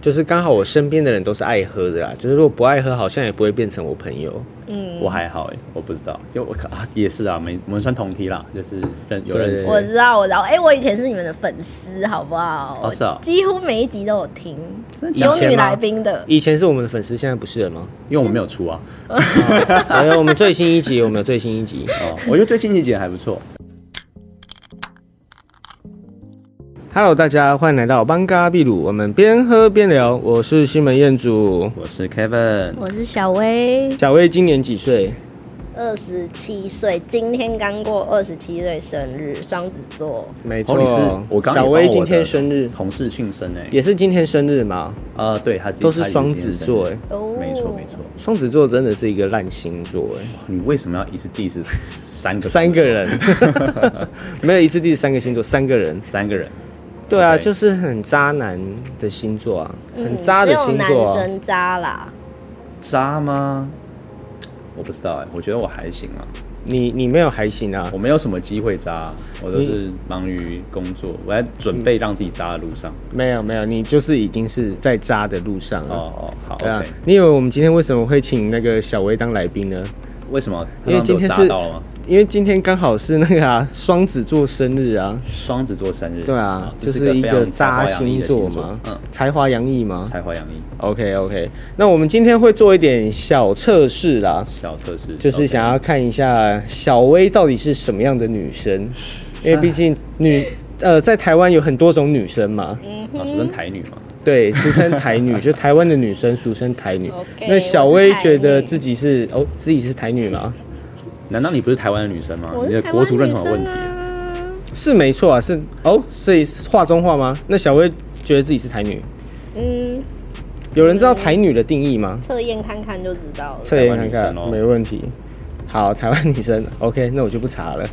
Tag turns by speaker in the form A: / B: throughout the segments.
A: 就是刚好我身边的人都是爱喝的啦，啊就是如果不爱喝，好像也不会变成我朋友。
B: 嗯，
C: 我还好哎、我不知道，就我啊也是啊，没我们算同梯啦，就是认有
A: 对
C: 认识
B: 我知道，我知道。哎、我以前是你们的粉丝，好不好？
C: 哦是哦
B: 几乎每一集都有听，
C: 真的假
B: 有
C: 的
A: 以前吗
B: 女来宾的。
A: 以前是我们的粉丝，现在不是了吗？
C: 因为我们没有出啊。
A: 哎我们最新一集，我们有最新一集。
C: 哦，我觉得最近一集还不错。
A: Hello，大家欢迎来到邦嘎秘鲁，我们边喝边聊。我是西门彦祖，
C: 我是 Kevin，
B: 我是小薇，
A: 小薇今年几岁？
B: 二十七岁，今天刚过二十七岁生日，双子座。
A: 没
C: 哦，你是我刚刚也
A: 小
C: 帮
A: 薇
C: 我
A: 今天
C: 的
A: 生日，
C: 同事庆生哎、
A: 也是今天生日吗？
C: 啊、对，他自己
A: 都是双子座哎、
B: 哦
C: 没错没错。。
A: 双子座真的是一个烂星座 哎、
C: 你为什么要一次 diss 三个
A: 三个 人，没有一次第三个星座，三个人。
C: 三个人？
A: 对啊
C: OK
A: 就是很渣男的星座啊，很
B: 嗯，
A: 渣的
B: 只有
A: 星
B: 男
A: 座、啊。
B: 生渣啦，
C: 渣吗？我不知道哎、我觉得我还行啊，
A: 你你没有还行啊
C: 我，没有什么机会渣、我都是忙于工作，我在准备让自己渣的路上。
A: 没有没有，你就是已经是在渣的路上了。
C: 哦哦，好
A: 对啊
C: OK。
A: 你以为我们今天为什么会请那个小薇当来宾呢？
C: 为什么？
A: 因为今天
C: 他
A: 是
C: 们被我渣到了吗？
A: 因为今天刚好是那个啊双子座生日啊，
C: 双子座生日。
A: 对啊，
C: 这
A: 就是一
C: 非常
A: 个渣
C: 才华洋溢
A: 星
C: 的
A: 座嘛，嗯
C: 嗯，
A: 才华洋溢嘛。
C: 才华洋溢，
A: OK OK，那我们今天会做一点小测试啦，
C: 小测试
A: 就是想要看一下小薇到底是什么样的女生，因为毕竟女呃在台湾有很多种女生嘛，
C: OK 啊，俗称台女嘛，
A: 对，俗称台女， 就台湾的女生俗称台女。
B: OK，
A: 那小薇觉得
B: 我是台女
A: 自己是哦自己是台女吗？
C: 难道你不是台湾的女生
A: 啊
C: 吗？
B: 我
C: 你的
B: 是台湾
C: 国族认
B: 女
C: 同有问
B: 生
C: 题。
B: 啊。
A: 是没错啊，是哦，所以是画中画吗？那小薇觉得自己是台女，
B: 嗯，
A: 有人知道台女的定义吗？
B: 测验看看就知道了。
A: 测验看
C: 台湾女
A: 看
C: 生，哦
A: 没问题。好，台湾女生，OK，那我就 不查了。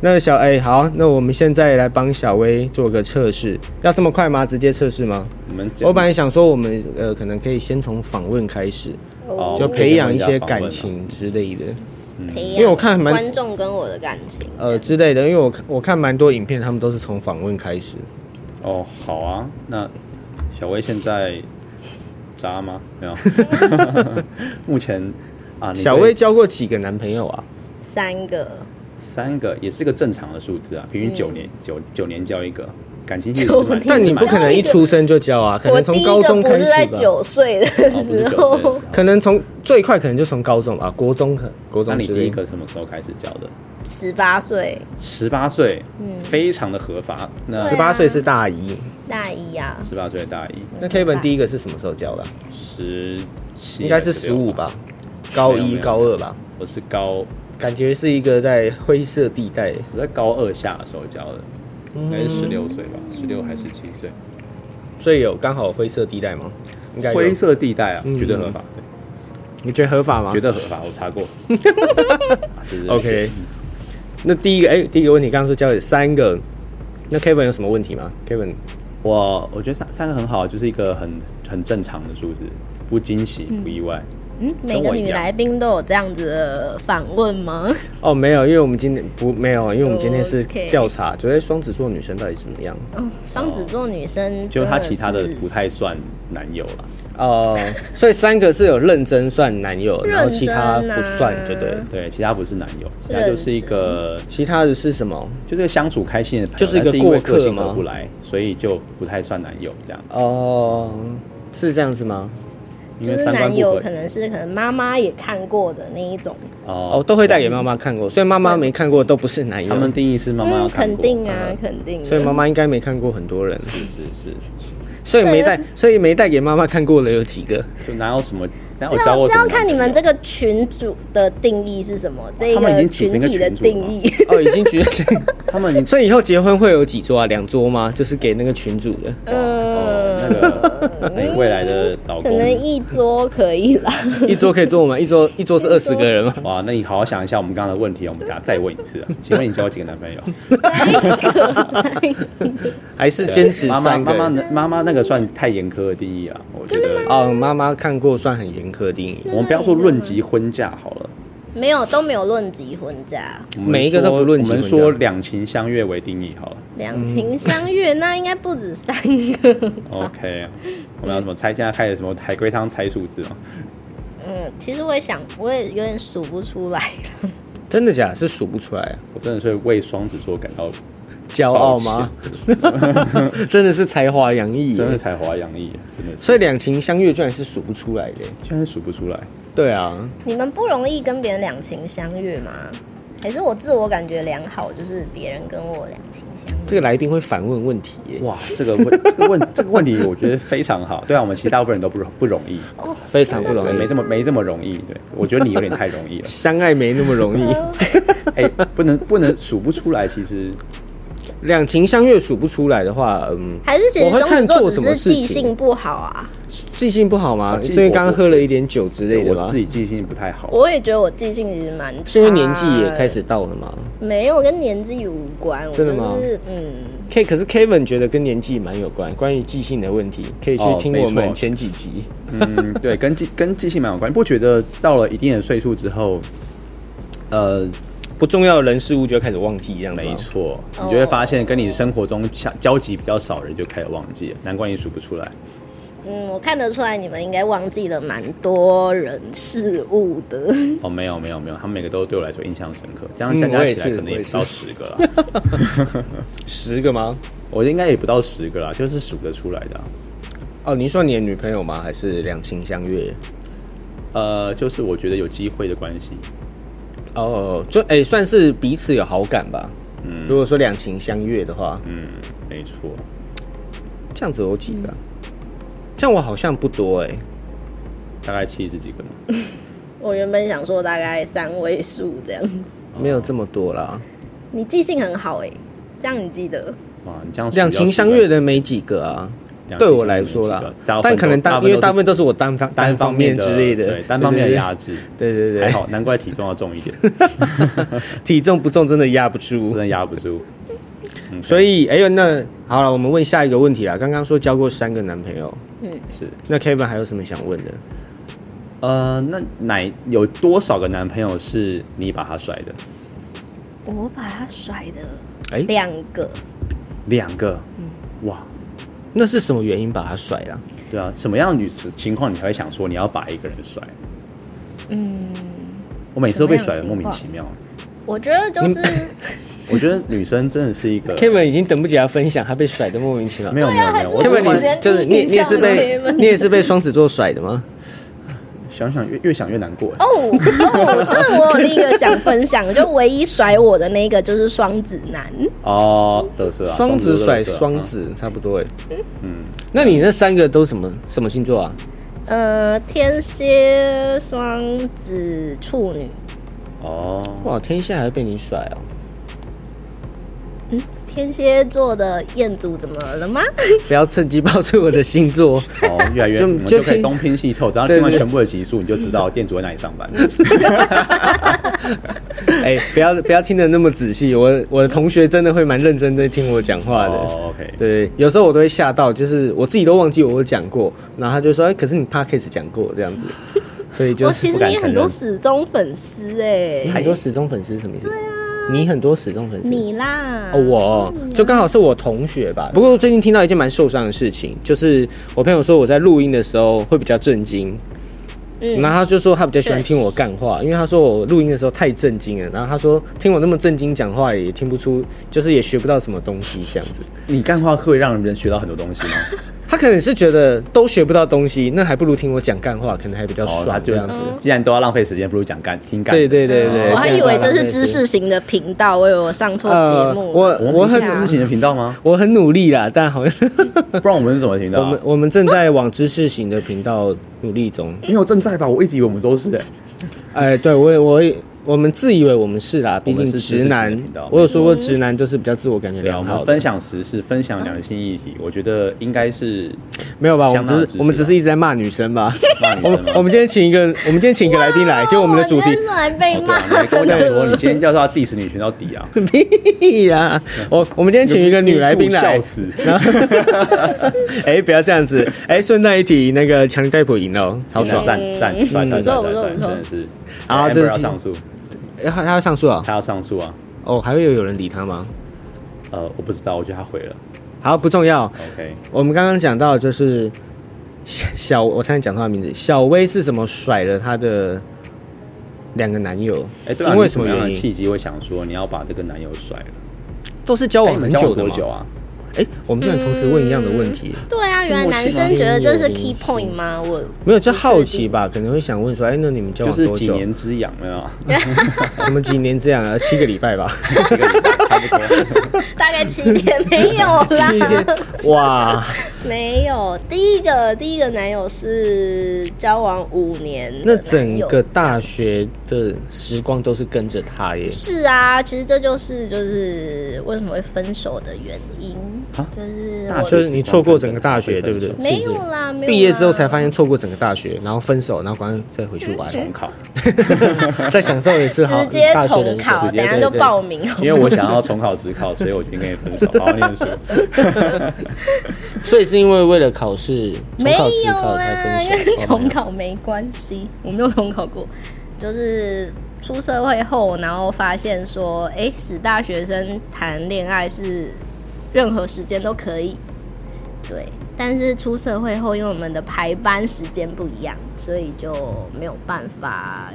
A: 那小哎、好，那我们现在来帮小薇做个测试，要这么快吗？直接测试吗？
C: 我们
A: 我本来想说，我们呃，可能可以先从访问开始，
C: 哦
A: 就培养一些
C: 可以先从访问啊
A: 感情之类的，
B: 培养
A: 因为我看蛮
B: 观众跟我的感情。
A: 呃之类的，因为我我看蛮多影片，他们都是从访问开始。
C: 哦，好啊，那小薇现在渣吗？没有，目前啊，你嗯
A: 小
C: 对
A: 薇交过几个男朋友啊？
B: 三个，
C: 三个也是个正常的数字啊，平均九年九九年交一个，感情
B: 嗯九
C: 也是蛮，哦
A: 但你不可能一出生就交啊，可
B: 我
A: 能
B: 第
A: 从
B: 一
A: 高
B: 个
A: 中
B: 不
A: 开
B: 是
A: 始
B: 在
A: 吧。
B: 能岁的
C: 哦，不是
B: 时
C: 九岁的时
B: 候
C: 候，
A: 可能从最快可能就从高中啊，国中可国
C: 那
A: 中
C: 你
A: 之
C: 第
A: 类
C: 一
A: 的。
C: 个什么时候开始交的？
B: 十八岁
C: 十八岁，非常的合法。那
A: 十
B: 对
A: 八岁是大一，
B: 大一啊，
C: 十八岁大一，
A: 那 Kevin 第一个是什么时候交的啊？
C: 十七
A: 应该是十五？吧，高
C: 没有
A: 一
C: 没有
A: 高二吧，
C: 我是高
A: 感觉是一个在灰色地带。
C: 我在高二下的时候交的，
A: 嗯
C: 应该是十六岁吧，十六还是七岁？
A: 所以有刚好灰色地带吗？应该有
C: 灰，色地带啊，
A: 嗯
C: 绝对合法，对，
A: 你觉得合法吗？
C: 绝对合法，我 查过。啊这是
A: OK。那第一个，哎、第一个问题，刚刚说交了三个，那 Kevin 有什么问题吗？Kevin
C: 我我觉得三三个很好，就是一个很很正常的数字，不惊喜不意外。
B: 嗯，每个女来宾都有这样子的访问吗？
A: 哦，没有，因为我们今天不没有，因为我们今天是
B: 哦 OK
A: 调查，觉得双子座女生到底怎么样？
B: 嗯， 双子座女生
C: 哦就他其他的
B: 真是
C: 不太算男友了，
A: 哦、 所以三个是有认真算男友，然后其他
B: 认真啊
A: 不算，就对了。
C: 对，其他不是男友，其
B: 认
C: 他
B: 识
C: 就是一个
A: 其他的是什么？
C: 就是相处开心的朋友，
A: 就是一个
C: 但因为
A: 过客
C: 个性
A: 吗
C: 合不来，所以就不太算男友这样，
A: 哦、是这样子吗？
C: 因
B: 就
C: 为
B: 是
C: 三观
B: 男
C: 不
B: 友
C: 合
B: 可能是可能妈妈也看过的那一种，
C: 哦
A: 哦，都会带给妈妈看过，所以妈妈没看过都不是男友
C: 他。们定义是妈妈要
B: 嗯，
C: 看
B: 肯
C: 过
B: 定啊
C: 嗯，
B: 肯定的。
A: 所以妈妈应该没看过很多人，
C: 是是是，
A: 所以没带，所以没带给妈妈看过的有几 个？
C: 就哪有什么，哪有
B: 这
C: 教
B: 要
C: 我
B: 这
C: 什么男朋友？
B: 要啊
C: 哦
B: 看你们这个群主的定义是什么，这
C: 他们已经组成一
B: 群
C: 个
B: 体的
C: 群组了
B: 定
C: 吗
B: 义。
A: 哦，已经觉得，
C: 他们已经
A: 所以以后结婚会有几桌啊？两桌吗？就是给那个群主的。
C: 哦，那
B: 嗯，
C: 个那你未来的老
B: 可
C: 公，
B: 能一桌可以啦。
A: 一桌可以坐吗？一桌一桌是二十个人吗？
C: 哇，那你好好想一下我们刚刚的问题，我们等下再问一次啊。请问你交过几个男朋友？
A: 还是坚持
C: 妈妈
A: 三个
C: 妈妈
A: 人？
C: 那妈妈那个算太严苛的定义了，我觉得
A: 哦，妈妈看过算很严苛的定义。
C: 我们不要说论及婚嫁好了，
B: 没有都没有论及婚嫁，
C: 我们
A: 每一个都
C: 说
A: 不论
C: 我
A: 及
C: 们
A: 婚嫁
C: 说两情相悦为定义好了。
B: 两情相悦，
C: 嗯
B: 那应该不止三个。
C: OK，我们要怎么猜？现在开始什么海龟汤猜数字吗？
B: 嗯，其实我也想，我也有点数不出来。
A: 真的假的？是数不出来啊，
C: 我真的是为双子座感到
A: 骄傲
C: 抱
A: 吗？
C: 歉，
A: 真的是才华洋溢耶，
C: 真的才华洋溢，真的是，
A: 所以两情相悦居然是数不出来的耶。
C: 居然数不出来。
A: 对啊，
B: 你们不容易跟别人两情相悦吗？还是我自我感觉良好，就是别人跟我两情相悦？
A: 这个来宾会反问问题耶，
C: 哇，这个问这个问这个问题，我觉得非常好。对啊，我们其实大部分人都不容不容易，
A: 非常不容
C: 对，没
A: 易。。
C: 这么没这么容易。对，我觉得你有点太容易了
A: 相爱没那么容 易，
C: 哎、不能不能数不出来，其实
A: 两情相悦数不出来的话，嗯，
B: 还是其实
A: 我会
B: 双
A: 看
B: 子
A: 做
B: 座
A: 什
B: 只
A: 么
B: 是
A: 事
B: 记
A: 情
B: 性不好啊。
A: 记性不好吗？
C: 我啊记
A: 是因为刚刚喝了一点酒之类的
C: 我
A: 吗
C: 自？己记性不太好。
B: 我也觉得我记性其实蛮差的……啊
A: 是因为年纪也开始到了吗？
C: 啊
B: 没有跟年纪无关，我
A: 真的吗
B: 就是嗯，
A: K 可是 Kevin 觉得跟年纪蛮有关，关于记性的问题，可以去
C: 哦
A: 听
C: 没
A: 我们
C: 错
A: 前几集。
C: 嗯，对，跟记跟记性蛮有关。你不觉得到了一定的岁数之后，呃，
A: 不重要的人事物就会开始忘记，这样子吗
C: 没错，
B: 哦
C: 你就会发现跟你生活中相交集比较少的人就开始忘记了，难怪你数不出来。
B: 嗯，我看得出来你们应该忘记了蛮多人事物的。
C: 哦，没有没有没有，他们每个都对我来说印象深刻，这样
A: 嗯
C: 加加
A: 我也
C: 起来
A: 是
C: 可能
A: 我
C: 也
A: 也
C: 不
A: 是
C: 到十个了。
A: 十个吗？
C: 我应该也不到十个啦，就是数得出来的啊、
A: 哦，你说你的女朋友吗？还是两情相悦？
C: 呃，就是我觉得有机会的关系，
A: 哦，就哎、算是彼此有好感吧。嗯，如果说两情相悦的话，
C: 嗯，没错。
A: 这样子有几个啊？这样我好像不多哎、
C: 大概七十几个嘛，
B: 我原本想说大概三位数这样子。
C: 哦
A: 没有这么多啦。
B: 你记性很好哎、这样你记得？
C: 哇，你这样数
A: 两情相悦
C: 要
A: 的没几个啊，
C: 习惯，
A: 对我来说啦
C: 两情相悦几个大部分都
A: 但可能大因为大部
C: 都
A: 分都是我单方
C: 是单
A: 方
C: 面
A: 之类的，
C: 对单方面的压制，
A: 对对对，
C: 还好，难怪体重要重 一点，
A: 体重不重真的压不住
C: 真。的压不住。嗯
A: 所以，哎呦，那好了，我们问下一个问题啦。刚刚说交过三个男朋友，
C: 是
A: 那 Kevin 还有什么想问的？
C: 呃，那奶有多少个男朋友是你把他甩的？
B: 我把它甩的
A: 哎
B: 两个，
C: 两个，
B: 嗯
C: 哇，
A: 那是什么原因把他甩了？
C: 对啊，什么样的女情况你才会想说你要把一个人甩？
B: 嗯，
C: 我每次都被甩的
B: 什么
C: 莫
B: 样的
C: 名其妙。
B: 我觉得就是
C: 我觉得女生真的是 一个
A: Kevin 已经等不及要分享，他被甩的莫名其妙
C: 没。有没
B: 啊
C: 有没有，我
A: Kevin，
B: 我
C: 我
B: 先
A: 你就是你，
B: 印象
A: 你也是被
B: 了 Kevin
A: 你也是被双子座甩的吗？
C: 想想越越想越难过。欸
B: 哦哦，这个我有另一个想分享，就唯一甩我的那个就是双子男，
C: 哦，得瑟啊，
A: 双子
C: 都
A: 甩
C: 得瑟啊
A: 双，子差不多哎。嗯，那你那三个都什么什么星座啊？
B: 呃，天蝎、双子、处女，
C: 哦，
A: 哇，天蝎还被你甩哦。
B: 嗯，天蝎座的彦祖怎么了吗？
A: 不要趁机爆出我的星座。
C: 哦，越来 越，
A: 就
C: 我们
A: 就
C: 就可以
A: 听
C: 东拼西凑，只要
A: 对
C: 听完
A: 对嗯
C: 全部的集数，你就知道店主在哪里上班。
A: 哎、不要不要听得那么仔细，我我的同学真的会蛮认真在听我讲话的。
C: 哦，OK，
A: 对，有时候我都会吓到，就是我自己都忘记我有讲过，然后他就说：“哎、可是你 podcast 讲过这样 子。”所以就
B: 我
A: 是
B: 哦其实你很多死忠粉丝哎、
A: 很多死忠粉丝是什么意思？你很多死忠粉丝。
B: 啊你啊啦，
A: 哦，我哦就刚好是我同学吧。不过最近听到一件蛮受伤的事情，就是我朋友说我在录音的时候会比较震惊，
B: 嗯
A: 然后他就说他比较喜欢听我
B: 确实
A: 干话，因为他说我录音的时候太震惊了，然后他说听我那么震惊讲话也听不出，就是也学不到什么东西这样子。
C: 你干话会让人学到很多东西吗？
A: 他可能是觉得都学不到东西，那还不如听我讲干话，可能还比较
C: 哦，他
A: 爽
C: 就
A: 这样子。
C: 既然都要浪费时间，不如讲干听干。
A: 对对对对，
B: 我还
A: 样
B: 以为这
A: 大家
B: 是
A: 可以
B: 知识型的频道，我以为我上错节目了、
A: 呃我我很
B: 等一下
C: 知识型的频道 吗？
A: 我很努力啦，但好像
C: 不然我们是什么频道
A: 我
C: 啊
A: 们？我们正在往知识型的频道努力中。
C: 你有正在吧？我一直以为我们都是欸
A: 哎， 对我也我也我们自以为我们是啦，毕
C: 我们
A: 竟
C: 是知识
A: 直
C: 型的
A: 男
C: 频道，
A: 我有说过直男就是比较自我感觉
C: 对啊，我
A: 良
C: 们
A: 好
C: 分
A: 的。
C: 享时事，分享两性议题，我觉得应该是
A: 没有吧？我们
C: 香
A: 只
C: 奈儿
A: 是
C: 知识啊
A: 我们只是一直在骂女生 吧？
C: 骂女
A: 我
C: 生啊
A: 们
C: 吗？
A: 我们今天请一个我们今天请一个来宾来，就我们的主
B: 我
A: 题
B: 今天是哦来被
C: 对
B: 骂
C: 啊，你还跟我讲说你今天要是要 diss 女权到底啊，
A: 屁呀！我我们今天 请一个女来宾来
C: 笑，死。
A: 哎，不要这样子，哎，顺带一提，那个强尼戴普赢了哦， 超爽
C: 赞！赞赞赞赞
B: 不错不
C: 赞
B: 错
C: 赞，
B: 不错
C: 真的是。
A: 然后
C: Amber
A: 这是
C: 要
A: 今
C: 上诉，
A: 哎他他要上诉啊？
C: 他要上诉啊。
A: 哦，还会有人理他吗？
C: 呃，我不知道，我觉得他毁了。
A: 好，不重要。
C: OK，
A: 我们刚刚讲到就是小小，我差点讲错他名字，小薇是怎么甩了她的两个男友？
C: 哎，对啊，
A: 因为
C: 你
A: 什
C: 什
A: 么
C: 么样的
A: 原因
C: 契机会想说你要把这个男友甩了？
A: 都是交
C: 哎
A: 往
C: 你
A: 哦很
C: 们交
A: 的
C: 往多
A: 嘛？
C: 久嗯啊？
A: 哎、我们居然同时问一样的问题，
B: 对啊，原来男生觉得这是 key point 吗？我
A: 没有就好奇吧？可能会想问说，哎、那你们交
C: 就
A: 往
C: 是
A: 多
C: 几
A: 久？
C: 年之痒 没有？啊
A: 什么几年这样啊？七个礼拜吧？
B: 大概七天没有
A: 七
B: 啦，
A: 天？哇！
B: 没有。第一个第一个男友是交往五年的男友，
A: 那整个大学的时光都是跟着他耶。
B: 是啊，其实这就是就是为什么会分手的原因
C: 啊，
B: 就是
C: 大
B: 我
A: 就是你错过整个大学，对不对？
C: 是
B: 没有啊啦，没有啦
A: 毕业之后才发现错过整个大学，然后分手，然后赶快再回去玩，
C: 重考，
A: 再享受一次好
B: 直接
A: 大学的
B: 重
A: 人
B: 考，
A: 生。
C: 直接
B: 等下就
A: 对对
B: 报名。
C: 因为我想要重考只考，所以我决定跟你分手，好好 念书。
A: 所以是因为为了考试，重
B: 没
A: 考只
B: 有啊
A: 考才 分
B: 啦，
A: 手
B: 跟
A: 哦。
B: 重考没关系，我没有重考过，就是出社会后，然后发现说，哎、死大学生谈恋爱是任何时间都可以，对。但是出社会后，因为我们的排班时间不一样，所以就没有办法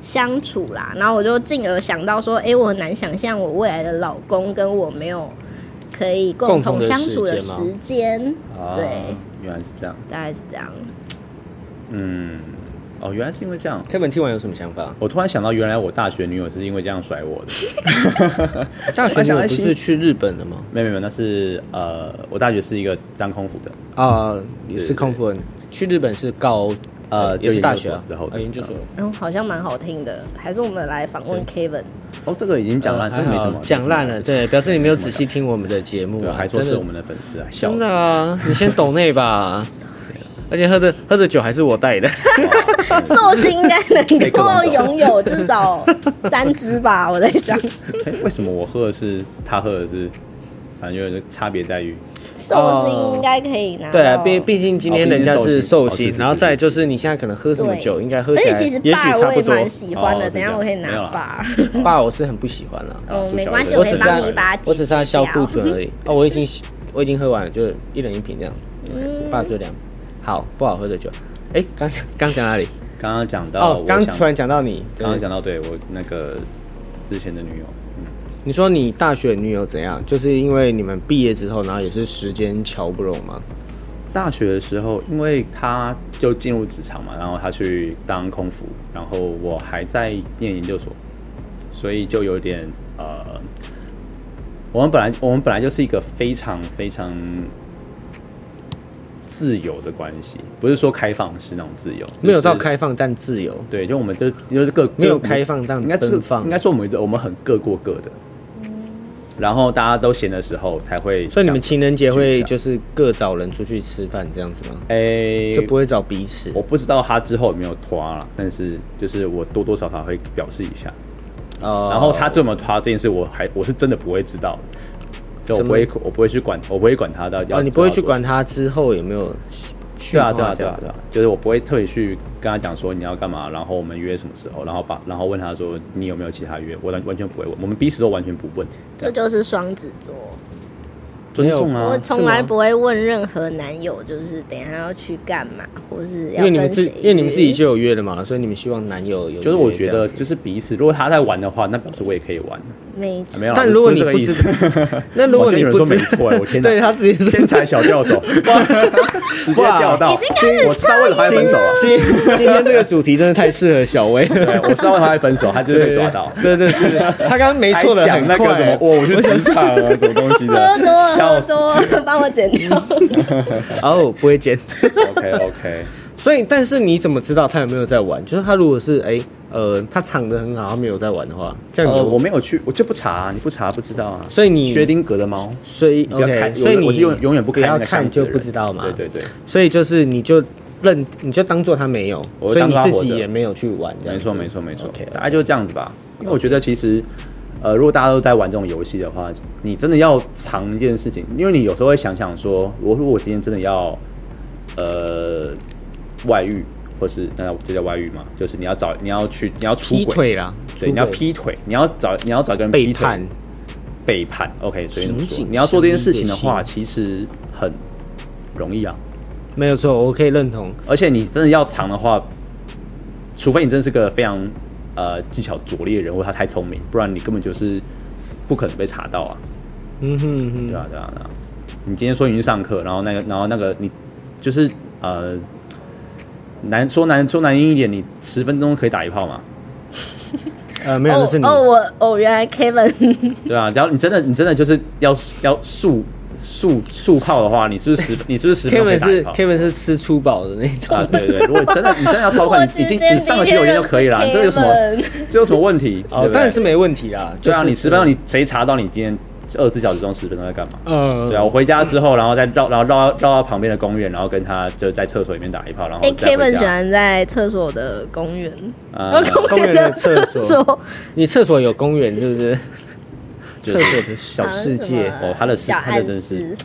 B: 相处啦。然后我就进而想到说，哎、我很难想象我未来的老公跟我没有可以共
A: 共同
B: 同
A: 的
B: 相处的
A: 时间吗
B: 时间，
C: 啊
B: 对，
C: 原来是这样。
B: 大概是这样。
C: 嗯，哦，原来是因为这样。
A: 课本听完有什么想法？
C: 我突然想到，原来我大学女友是因为这样 甩我的。
A: 大学
C: 我想
A: 你
C: 来
A: 不
C: 新
A: 是去日本的吗？
C: 没有没有，那是呃，我大学是一个当空服的，
A: 啊，也
C: 对
A: 是空服人。去日本是高
C: 呃，
A: 也是
C: 就
A: 大
C: 研究
A: 学
C: 所
A: 啊
C: 之后的
A: 啊研究所。
B: 嗯，好像蛮好听的，还是我们来访问 Kevin。
C: 哦，这个已经讲烂，
A: 呃还
C: 这没什
A: 好
C: 么
A: 讲烂了，，对，表示你没有仔细听我们的节
C: 这没什么
A: 目
C: 对，
A: 啊，
C: 还说
A: 真
C: 是
A: 的
C: 我们的粉丝啊，笑
A: 真
C: 死
A: 的啊，你先抖内吧。而且喝的喝的酒还是我带的，
B: 寿星应该能够
C: 哎各
B: 拥有至少三只吧，我 在想。
C: 哎为什么我喝的是他喝的是，反正有点差别待遇。
B: 寿星应该可以拿到。
A: 对啊，毕毕竟今天人家是寿
C: 哦毕竟寿
A: 星，
C: 星
A: 然后再就是你现在可能喝什么酒，
B: 对
A: 应该喝
B: 而
A: 起
B: 且
A: 来
B: 其实
A: 也许差
B: bar 我
A: 不
B: 也
A: 多。
B: 蛮喜欢
C: 哦是
B: 的，
C: 这
B: 等一
C: 样
B: 下我可以拿
C: 没 有啦
B: bar。
A: 爸，我是很不喜欢了，啊
B: 哦，没关系，
C: 我
B: 我
A: 我
B: 可
A: 只
B: 以
A: 是
B: 帮
A: 要
B: 你把它
A: 我只是要消
B: 解决掉
A: 库存 而已。哦，我已经我已经喝完了，就一人一瓶这样，
B: 嗯
A: 爸就两。好，不好喝的酒。哎，刚讲刚讲哪里？
C: 刚刚讲到，
A: 哦
C: 我，
A: 刚
C: 想
A: 突然讲到你，
C: 刚刚
A: 对
C: 讲到，对我那个之前的女友，
A: 你说你大学女友怎样？就是因为你们毕业之后，然后也是时间瞧不拢嘛。
C: 大学的时候，因为她就进入职场嘛，然后她去当空服，然后我还在念研究所，所以就有点呃，我们本来我们本来就是一个非常非常自由的关系，不是说开放式那种自由，
A: 没有到
C: 就是
A: 开放但自由，
C: 对，就我们就就是各
A: 没有
C: 就我们
A: 开放但
C: 应该是
A: 奔放
C: 应该说我们我们很各过各的，然后大家都闲的时候才会想，
A: 所以你们情人节会
C: 想
A: 就是各找人出去吃饭这样子吗？
C: 哎、
A: 就不会找彼此
C: 我不知道他之后有没有拖了，但是就是我多多少少会表示一下，
A: 哦。
C: 然后他这么拖这件事，我还我是真的不会知道的，就我
A: 什么
C: 不会我不会去管我不会管他到要
A: 哦，你不会去
C: 知道做什么
A: 管他之后有没有去
C: 对啊，
A: 去
C: 对啊，
A: 花这
C: 对
A: 样
C: 啊，
A: 子
C: 对啊，就是我不会特别去跟他讲说你要干嘛，然后我们约什么时候，然后把然后问他说你有没有其他约，我完完全不会问，我们彼此都完全不问，
A: 嗯
B: 这就是双子座，
A: 没
C: 尊
A: 有
C: 重啊
B: 我，从来
A: 是吗
B: 不会问任何男友，就是等一下要去干嘛，或是
A: 因
B: 要
A: 为你们
B: 跟
A: 自
B: 谁
A: 因为你们自己
B: 约
A: 就有约了嘛，所以你们希望男友有
C: 就是我觉
A: 约这
C: 得
A: 样子
C: 就是彼此，如果他在玩的话，那表示我也可以玩，
B: 没
C: 没有啦，
A: 但
C: 不
A: 如果
C: 不
A: 你
C: 是这
A: 不
C: 个意
A: 知
C: 思，
A: 那如 果你
C: 我觉得有人
A: 不
C: 说
A: 知
C: 没 错欸我天哪
A: 对他直接
C: 天
A: 是
C: 才小 钓手，哇直接钓到，我知道为什么他会分手啊了。
A: 今今天这个主题真的太适合小薇了，
C: 对，我知道为什么他会分手，他就是被抓到。
A: 真的是他刚刚没错的
C: 还
A: 很
C: 讲那
A: 快
C: 个什么，
A: 欸。
C: 我我去职场啊，什么东西
B: 喝
C: 的，
B: 多了，喝
C: 笑死。
B: 多了，帮我剪掉。
A: 哦，不会剪。
C: OK OK，
A: 所以，但是你怎么知道他有没有在玩？就是他如果是哎、呃，他藏的很好，他没有在玩的话，这样你
C: 呃，
A: 有、
C: 我没有去，我就不查、你不查不知道啊。
A: 所以你
C: 薛定谔的猫，
A: 所以
C: 你不要看
A: OK，
C: 有
A: 所以你
C: 我是永永远不开
A: 还
C: 那
A: 要
C: 个箱
A: 看
C: 子
A: 就
C: 的
A: 不
C: 人
A: 知道嘛。
C: 对对对，
A: 所以就是你就认，你就当做他没有，
C: 我
A: 所
C: 就
A: 以
C: 当
A: 你
C: 作他
A: 自
C: 活着
A: 己也没有去玩。这样
C: 没错
A: 子
C: 没错没错
A: OK，
C: 大概就这样子吧。因为我觉得其实，呃，如果大家都在玩这种游戏的话，你真的要藏一件事情，因为你有时候会想想说，我如果我今天真的要，呃，外遇，或是那这叫外遇嘛，就是你要找你要去你要出
A: 劈
C: 轨，
A: 腿啦，出
C: 对，你要
A: 轨
C: 劈腿，你要找你要找一个人
A: 背
C: 劈腿
A: 叛，
C: 背叛。OK，所以怎么
A: 刑
C: 说
A: 警？
C: 你要做这件
A: 神
C: 事
A: 秘的
C: 情的话，
A: 心
C: 其实很容易啊。
A: 没有错，我可以认同。
C: 而且你真的要藏的话，除非你真的是个非常呃技巧拙劣的人，或他太聪明，不然你根本就是不可能被查到啊，
A: 嗯哼嗯哼
C: 对啊，对啊，对啊。你今天说你去上课，然后那个，然后那个你就是呃难说难说难听一点，你十分钟可以打一炮嘛，
A: 呃，没有，那是你。
B: 哦哦，我哦，原来 Kevin
C: 对 啊。然后你真的你真的就是要要速速速炮的话，你是不 是十你是不是十分钟可以
A: Kevin
C: 打一
A: 是
C: 炮？
A: Kevin 是吃粗饱的那种，
C: 啊，对对对，如果真的你真的 要超快，
B: 我
C: 你已
B: 直
C: 经
B: 接
C: 你上个洗手间就可以了，
B: 理解
C: 这个有什么哦
B: 人是 Kevin
C: 这有什么问题？ 对
A: 哦，
C: 不对
A: 当然是没问题啦。
C: 对啊，
A: 就是
C: 你十分钟你谁查到你今天二十四小时中十分钟在干嘛？
A: 呃，
C: 对啊，我回家之后，然后再绕，然后绕到绕到旁边的公园，然后跟他就在厕所里面打一炮，然后
B: 哎
C: 再回
B: ，Kevin
C: 家
B: 喜欢在厕所的公园，哦
C: 呃，
A: 公园的厕所，
B: 所
A: 你厕所有公园是不是？
C: 就
A: 厕
C: 是
A: 所的小世界
B: 啊好像什么
C: 哦他的是
B: 小
C: 他的
B: 暗
C: 真是
B: 示，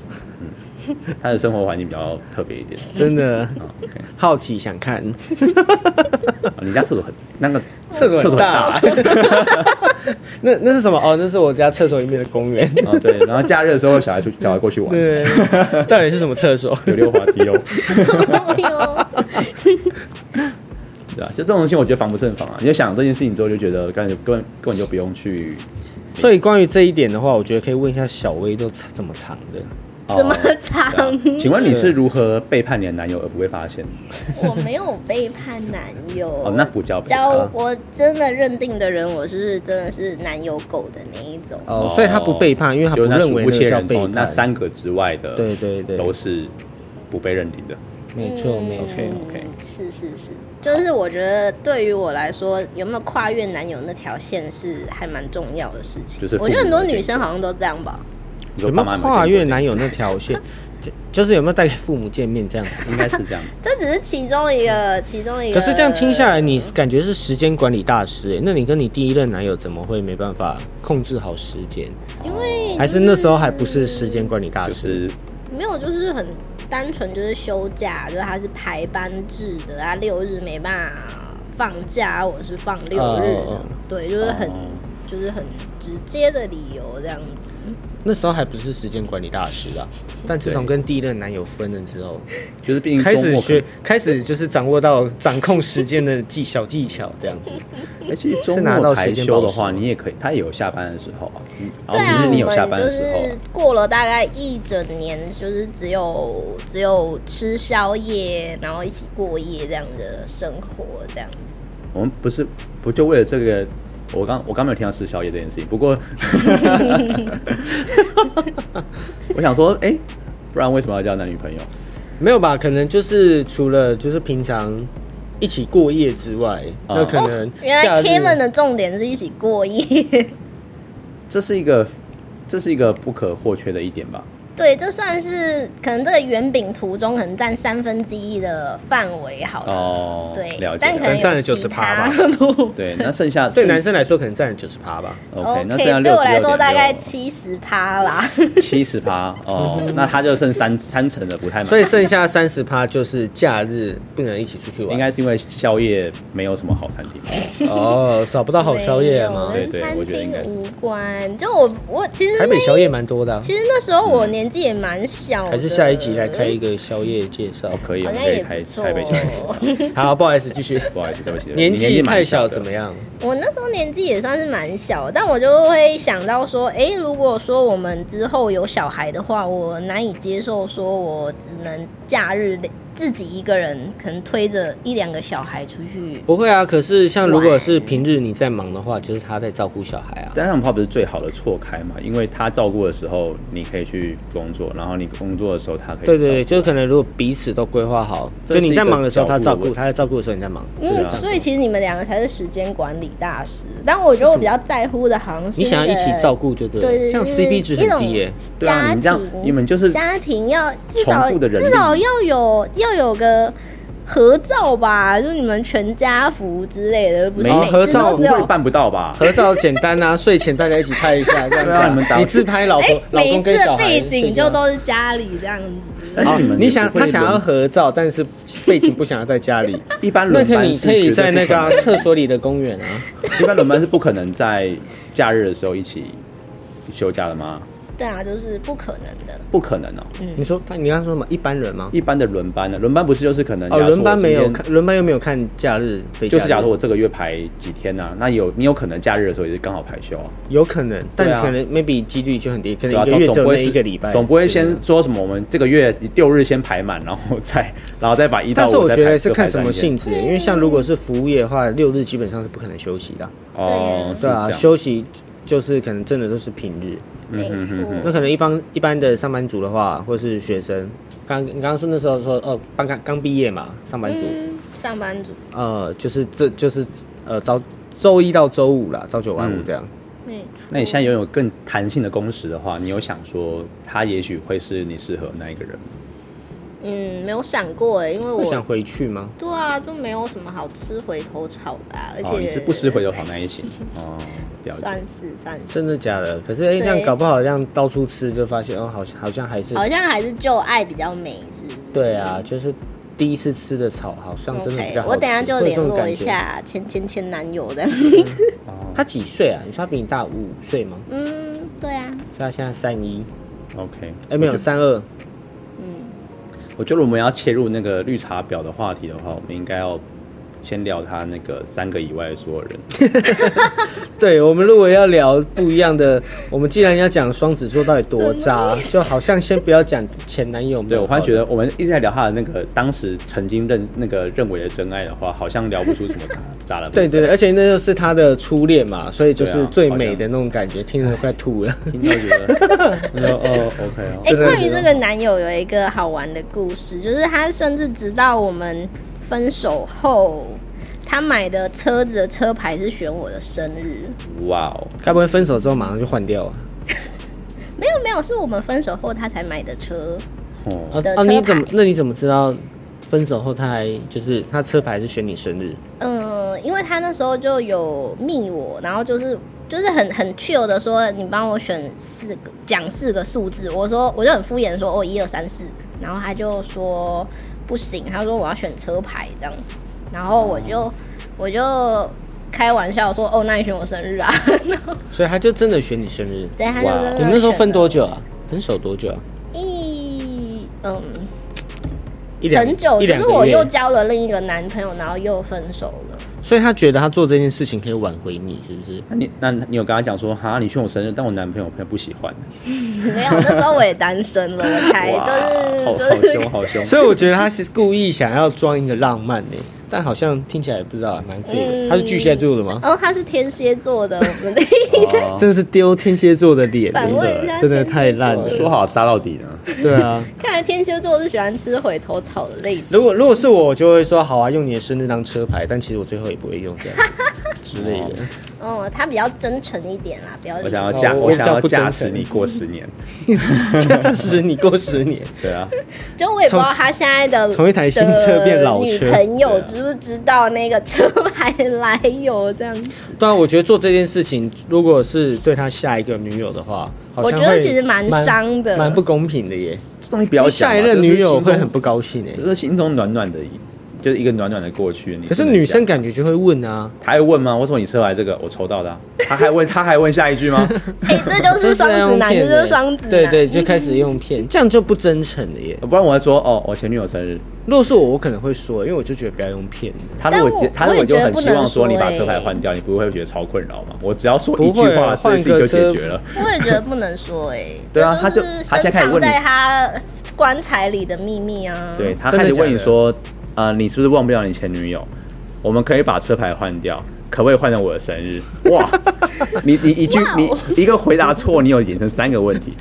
C: 他的生活环境比较特别一点。
A: 真的
C: 啊 OK，
A: 好奇想看，
C: 啊你家厕所很那个
A: 厕所很
C: 厕所很
A: 大
C: 大。
A: 那那是什么？哦，那是我家厕所里面的公园。
C: 哦对，然后假日的时候小孩出小孩过去玩，
A: 对，到底是什么厕所？
C: 有溜滑梯哦，
B: 哎呦
C: 对啊，就这种东西我觉得防不胜防啊。你就想这件事情之后就觉得根本根本根本就不用去
A: 所以关于这一点的话，我觉得可以问一下小薇都藏怎么藏的。
C: 哦
B: 怎么长？
C: 对啊请问你是如何背叛你的男友而不会发现？
B: 我没有背叛男友，
C: 哦，那不叫背叛
B: 交我真的认定的人，我是真的是男友狗的那一种。
A: 哦，所以他不背叛，因为他不
C: 就那
A: 认
C: 数
A: 为
C: 不
A: 那
C: 切
A: 个叫
C: 人
A: 背
C: 哦
A: 叛。
C: 那三个之外的，
A: 对对对
C: 都是不被认定的。
A: 没错没错。
C: OK，OK
B: 是是是，就是我觉得对于我来说，有没有跨越男友那条线是还蛮重要的事情。
C: 就是父母
B: 我觉得很多
C: 的
B: 女
C: 见
B: 生好像都这样吧。
C: 你
A: 有没
C: 说爸
A: 有
C: 妈
A: 跨
C: 见
A: 越
C: 过
A: 男友那条线？ 就就是有没有带给父母见面这样子？
C: 这个应该是 这样子。
B: 这只是其中一个，其中一个。
A: 可是这样听下来，你感觉是时间管理大师、欸，那你跟你第一任男友怎么会没办法控制好时间？
B: 因为
A: 还是那时候还不是时间管理大
C: 就
A: 师？
C: 是
B: 没有，就是很单纯，就是休假，就是他是排班制的，他六日没办法放假，我是放六日的，
A: 哦
B: 对，就是很、
C: 哦
B: 就是很直接的理由这样子。
A: 那时候还不是时间管理大师啊。但自从跟第一任男友分了之后，
C: 就是，毕竟
A: 开
C: 周
A: 始
C: 末可
A: 学，开始就是掌握到掌控时间的技小技巧，这样子。
C: 能，而且周
A: 是拿到
C: 末
A: 时
C: 排
A: 间
C: 休的
A: 宝石
C: 话，
A: 吗
C: 你也可以，他也有下班的时候啊。嗯
B: 对
C: 然
B: 啊，
C: 后
B: 我
C: 你你有下
B: 们
C: 班
B: 就
C: 的时候
B: 是
C: 啊，
B: 过了大概一整年，就是只有只有吃宵夜，然后一起过夜这样的生活这样子。
C: 我们不是不就为了这个？我刚我刚没有听到吃宵夜这件事情，不 过我想说，哎、不然为什么要交男女朋友？
A: 没有吧？可能就是除了就是平常一起过夜之外，
C: 啊
A: 那可能
B: 哦原来
A: 假日
B: Kevin 的重点是一起过夜。
C: 这是一个这是一个不可或缺的一点吧？
B: 对，这算是可能这个圆饼图中可能占三分之一的范围好了。
C: 哦，
B: 对
C: 了解，
B: 但可
C: 了解
B: 能
A: 占了
B: 有其
A: 90%
B: 他
A: 吧
B: 部
C: 对，那剩下
A: 对男生来说可能占了九十趴吧。
C: OK，那剩下
B: 哦对
C: 六
B: 我
C: 十
B: 来说大概七十趴啦。
C: 七十趴哦，那他就剩三三成的不太满，
A: 嗯 所以剩下三十趴就是假日不能一起出去玩，
C: 啊应该是因为宵夜没有什么好餐厅，
A: 哦找不到好宵夜吗？
B: 没有
C: 对对
B: 跟
C: 我觉得应该
B: 餐
C: 是
B: 厅无关。就我我其实
A: 台
B: 那
A: 北宵夜蛮多的啊、
B: 其实那时候我年纪也蛮小的，
A: 还是下一集来开一个宵夜介绍。
C: 可以，我
B: 好
C: 们
B: 像
C: 可以
B: 也
C: 开
B: 不错
C: 台北宵夜。
A: 好，不好意思，继 续。
C: 不好意思，对不起，对不起
A: 年
C: 你
A: 纪
C: 蛮
A: 太
C: 小
A: 小
C: 的
A: 怎么？样？
B: 我那时候年纪也算是蛮小，但我就会想到说，诶，如果说我们之后有小孩的话，我难以接受，说我只能假日自己一个人可能推着一两个小孩出去，
A: 不会啊，可是像如果是平日你在忙的话，就是他在照顾小孩啊。
C: 单向炮不是最好的错开嘛？因为他照顾的时候，你可以去工作，然后你工作的时候，他可以
A: 对对对，
C: 照
A: 就是可能如果彼此都规划好，
C: 这
A: 就是你在忙的时候
C: 一个
A: 他
C: 照
A: 照
C: 顾
A: 顾，
C: 问
A: 他在照顾的时候你在忙。这个
B: 嗯，所以其实你们两个才是时间管理大师。但我觉得我比较在乎的好像是
A: 你想要一起照
B: 顾，
A: 顾就对了，
B: 对对，
A: 这样
B: 就是
A: CP 值
B: 一
A: 很
B: 种
A: 低耶、
C: 对啊，你
B: 家
C: 们这样
B: 庭，，
C: 你们就是
B: 家庭要至少
C: 重复的人力
B: 至少要有要有个合照吧，就是你们全家福之类的，不是
A: 没有
B: 每
A: 合
B: 次
A: 照
B: 都
C: 不
B: 只
C: 会
B: 有。
C: 办不到吧？
A: 合照简单啊，睡前大家一起拍一下，这样子、
C: 对啊你们打
A: 自拍老婆、
B: 哎，
A: 老
B: 每一
A: 公
B: 次
A: 跟
B: 的
A: 小孩
B: 背景就
A: 好。
B: 都是家里这样子。
C: 但是你们
A: 你
C: 也
A: 想
C: 不会
A: 他想要
C: 轮
A: 合照，但是背景不想要在家 里，
C: 一般
A: 那
C: 轮
A: 可
C: 班
A: 你
C: 是
A: 可以
C: 绝对
A: 在那
C: 不可
A: 个啊
C: 能
A: 厕所里的公园啊。
C: 一般轮班是不可能在假日的时候一起休假的吗？
B: 对啊，就是不可能的。
C: 不可能哦。
A: 你说他，你刚刚说什么？一般人吗？
C: 一般的轮班呢？轮班不是就是可能
A: 哦，
C: 假如说
A: 轮班
C: 我
A: 没
C: 今天
A: 有看，轮班又没有看假日非假
C: 就
A: 日，
C: 是假如说我这个月排几天呐、那有你有可能假日的时候也是刚好排休啊，
A: 有可能，
C: 对
A: 但
C: 啊
A: 可能 maybe 几率就很低，可
C: 对吧、
A: 能一个月
C: 总总
A: 只
C: 不
A: 有
C: 会
A: 那
C: 是
A: 一个礼拜，
C: 总不会
A: 对
C: 先说什么我们这个月六日先排满，然后 再然后再把一到
A: 但
C: 五
A: 是我
C: 再
A: 觉得
C: 排
A: 是
C: 各
A: 看
C: 排
A: 什
C: 三
A: 么
C: 天
A: 性质，因为像如果是服务业的话，六日基本上是不可能休息的啊，
C: 哦，是
A: 对啊，
C: 这样
A: 休息就是可能真的都是平日。
B: 没
C: 嗯哼
A: 那
B: 错，
A: 可能一般一般的上班族的话，或是学生，刚你刚刚说那时候说哦，刚刚刚毕业嘛，上班族，
B: 嗯，上班族
A: 呃，就是这就是呃朝周一到周五啦，朝九晚五
C: 嗯
A: 这样。
B: 没错。
C: 那你现在拥有更弹性的工时的话，你有想说他也许会是你适合的那一个人吗？
B: 嗯没有想过哎，因为
A: 会想
B: 我
A: 回去吗？
B: 对啊，就没有什么好吃回头草的啊，而
C: 哦，你
B: 且
C: 是不吃回头草那一型哦，了解。
B: 算是算是
A: 真的假的？可是哎、
B: 对
A: 这样搞不好，这样到处吃就发现哦，好像好像还是
B: 好像还是旧爱比较美，是不是？
A: 对啊，就是第一次吃的草好像真的比较
B: OK，
A: 好吃。
B: 我等一下就
A: 会有这
B: 联
A: 种
B: 络
A: 感
B: 一
A: 觉。
B: 下前前前男友 的。
A: 他几岁啊？你说他比你大五岁吗？
B: 嗯，对啊，
A: 所以他现在三一，
C: OK，
A: 哎、没有三二，
C: 我觉得我们要切入那个绿茶婊的话题的话，我们应该要先聊他那个三个以外的所 有人。
A: 对我们如果要聊不一样的，我们既然要讲双子座到底多渣，
B: 嗯
A: 就好像先不要讲前男友。
C: 对我
A: 好
C: 忽然
A: 了
C: 觉得，我们一直在聊他的那个当时曾经认那个认为的真爱的话，好像聊不出什么渣渣了。
A: 对对对，而且那就是他的初恋嘛，所以就是
C: 对啊
A: 最美的那种感觉，听着快吐了。
C: 听到觉得，我说哦 ，OK 哦
B: 哎、
A: 真的
B: 关于
A: 真的
B: 这个男友有一个好玩的故事，就是他甚至直到我们分手后，他买的车子的车牌是选我的生日。
C: 哇哦，
A: 该不会分手之后马上就换掉啊？
B: 没有没有，是我们分手后他才买的车。
C: 哦，
A: 哦
B: 的
A: 哦，
B: 车
A: 你怎么
B: 牌？
A: 那你怎么知道分手后他还就是他车牌是选你生日？
B: 嗯，因为他那时候就有密我，然后就是就是很很 chill 的说，你帮我选四个，讲四个数字。我说我就很敷衍地说，哦，一二三四。然后他就说不行，他说我要选车牌这样。然后我就、我就开玩笑说，哦，那你选我生日啊？ 然后
A: 所以他就真的选你生日。
B: 对，他就真
C: 哇
B: 的
A: 你们那时候
B: 选
A: 分
B: 了
A: 多久啊？分手多久啊？
B: 一嗯
A: 一两
B: 很久，
A: 一
B: 就
A: 两
B: 是
A: 个
B: 我
A: 月
B: 又交了另一个男朋友，然后又分手了。
A: 所以他觉得他做这件事情可以挽回你，是不是？
C: 那你那你有跟他讲说，哈，你劝我生日，但我男朋友他不喜欢，
B: 没有，那时候我也单身了，我
A: 哎
B: 才
C: 好
B: 就是
A: 啊
C: 好
B: 就是
C: 凶，好凶。
A: 所以我觉得他是故意想要装一个浪漫呢、但好像听起来也不知道蛮废的。
B: 嗯
A: 他是巨蟹座的吗？
B: 哦，他是天蝎座的，我们的
C: 哦
A: 真的是丢天蝎座的脸，
B: 反
A: 真
B: 问一下
A: 的真的太烂
B: 天
A: 了。
B: 蝎
C: 说好渣到底呢？
A: 对啊，
B: 看来天蝎座是喜欢吃回头草的类型。
A: 如果如果是我，我就会说好啊，用你的生日当车牌，但其实我最后也不会用这样之类的。
B: 嗯，他比较真诚一点啦，比较
C: 我想要
A: 哦
C: 驾，我想要驾驶你过十年。
A: 驾驶你过十年，
C: 对啊，
B: 就我也不知道他现在的
A: 从一台新车变老车
B: 的女朋友
C: 对啊
B: 知不知道那个车牌的来由这样 子。
A: 对啊，我觉得做这件事情，如果是对他下一个女友的话，好像
B: 我觉得
A: 会
B: 其实蛮伤的
A: 蛮不公平的耶。
C: 这东西不要
A: 你
C: 讲啊。
A: 下一任
C: 就是
A: 女友
C: 心
A: 会
C: 中
A: 很不高兴哎
C: 只。是心中暖暖的，就是一个暖暖的过去。你
A: 可是
C: 不能
A: 女生
C: 讲，
A: 感觉就会问啊，
C: 她还问吗？我说你车牌这个我抽到的啊、她还问，她还问下一句 吗？
B: 哎、这就是双子男，这就是双子男。
A: 对对，就开始用骗，这样就不真诚了耶。
C: 不然我会说哦，我前女友生日，
A: 如果是我，我可能会说，因为我就觉得不要用骗的。
C: 她
B: 但
C: 如
B: 我
C: 果接她如
B: 我也
C: 果就
B: 觉得
C: 很
B: 不
C: 希
B: 能
C: 望说
B: 说
C: 你把车
B: 欸
C: 牌换掉，你不会觉得超困扰吗？我只要说
A: 不
C: 一句
A: 会啊
C: 话，这
A: 换
C: 件事情
A: 个
C: 就解
A: 车
C: 决了。
B: 我也觉得不能说哎、欸，
C: 对啊
B: 这
C: 他
B: 就
C: 就是他现在开始
B: 深藏
C: 问你
B: 在他棺材里的秘密啊。
C: 对他
A: 嗯真的
C: 开始
A: 假
C: 问你
A: 的
C: 说，呃，你是不是忘不了你前女友？我们可以把车牌换掉，可不可以换成我的生日？ 哇，你你一句
B: 哇
C: 你
B: 哦
C: 一个回答错，你有衍生三个问题。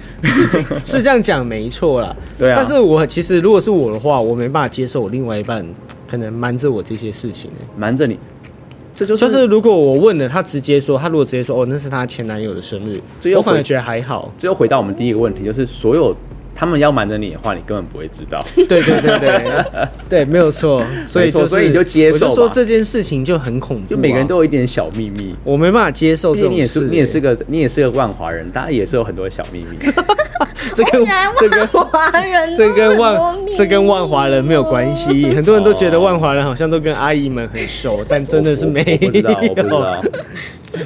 A: 是这样讲没错啦。
C: 对啊
A: 但是我其实如果是我的话，我没办法接受我另外一半可能瞒着我这些事情、欸。
C: 瞒着你，这就
A: 就是是如果我问了，他直接说，他如果直接说哦那是他前男友的生日
C: 这，又
A: 我反而
C: 回
A: 觉得还好。
C: 这又回到我们第一个问题，就是所有他们要瞒着你的话，你根本不会知 道。
A: 对对对对 对，没有错。所以
C: 没错
A: 就是
C: 所以你就接受吧
A: 我就说这件事情就很恐怖啊、
C: 就每个人都有一点小秘密。
A: 我没办法接受
C: 毕
A: 这
C: 竟
A: 种
C: 你
A: 事、
C: 也是你也是
A: 欸
C: 个你也是个万华人，大家也是有很多小秘密。
A: 这
B: 不
A: 跟
B: 然
A: 这跟
B: 万华人都
A: 这跟
B: 很
A: 万
B: 多秘密
A: 这跟万华人没有关系，
C: 哦
A: 很多人都觉得万华人好像都跟阿姨们很熟，但 真的是没
C: 哦我我不知道，我不
A: 有。
C: 知 道。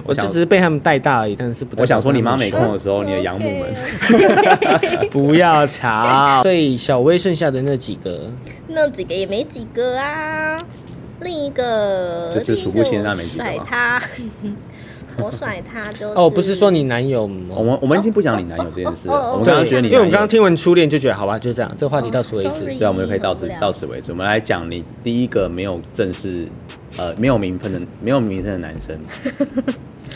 A: 我就只是被他们带大而已，但是不代表
C: 我想说，你妈
A: 他们
C: 没
B: 哦
A: 熟
C: 空啊的时候，你的养母们
A: 不要 吵。对，小薇剩下的那几个，
B: 那几个也没几个啊。另一个
C: 就是数不清那没几个吧
B: 另一我甩他，我甩他 就是
A: 哦，不是说你男友吗
C: 我？们我们已经不讲你男友这件事
B: 哦哦
C: 了，
B: 哦
C: 我们
A: 对
C: 刚刚觉得你
A: 因为我们
C: 男友
A: 刚刚听完初恋就觉得好吧，就这样，这个话题到此为
B: 哦
A: 止
B: ，sorry。
C: 对啊，我们就可以到此
B: 无聊
C: 到此为止。我们来讲你第一个没有正式呃没有名分的没有名分的男生，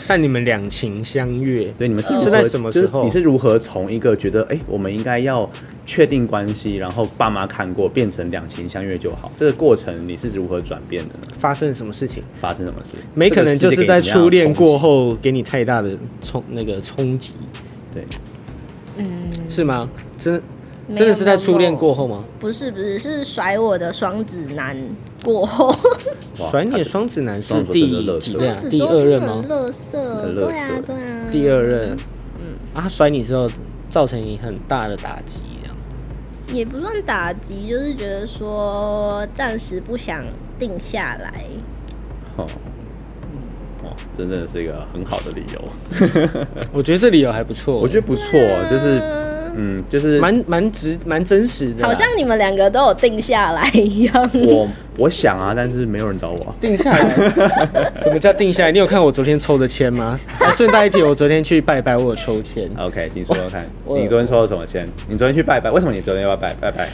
A: 但你们两情相悦，
C: 对你们是
A: 嗯
C: 如何
A: 是在什么时候
C: 就是你是如何从一个觉得哎、我们应该要确定关系，然后爸妈看过，变成两情相悦就好，这个过程你是如何转变的呢？
A: 发生什么事情？
C: 发生什么事？
A: 没可能就是在初恋过
C: 后，
A: 后给你太大的冲那个冲击，
C: 对，
A: 是吗？真
B: 没有
A: 真的是在初恋
B: 没有
A: 过后吗？
B: 不是不是是甩我的双子男过后，
C: 哇
A: 甩你
C: 他
A: 的
C: 就
A: 双子男是
C: 双子
A: 第
C: 真的垃圾
A: 几任啊？
B: 双子
A: 第
B: 座
A: 二任
B: 真的
A: 吗
B: 很？乐色，嗯
C: 很垃圾
B: 对啊对啊，
A: 第二任，啊，他甩你之后造成你很大的打击，啊 这样
B: 也不算打击，就是觉得说暂时不想定下来。
C: 哦，哦，真的是一个很好的理由，
A: 我觉得这理由还不错，
C: 我觉得不错，就是
A: 啊
C: 嗯，就是
A: 蛮蛮直蛮真实的啦，啊
B: 好像你们两个都有定下来一样。
C: 我我想啊，但是没有人找我啊、
A: 定下 来。什么叫定下来？你有看我昨天抽的签吗？啊，顺带一提，我昨天去拜拜，我有抽签，
C: OK，你说说看，
A: 我
C: 你昨天抽了什么签？你昨天去拜拜，为什么你昨天要拜拜拜？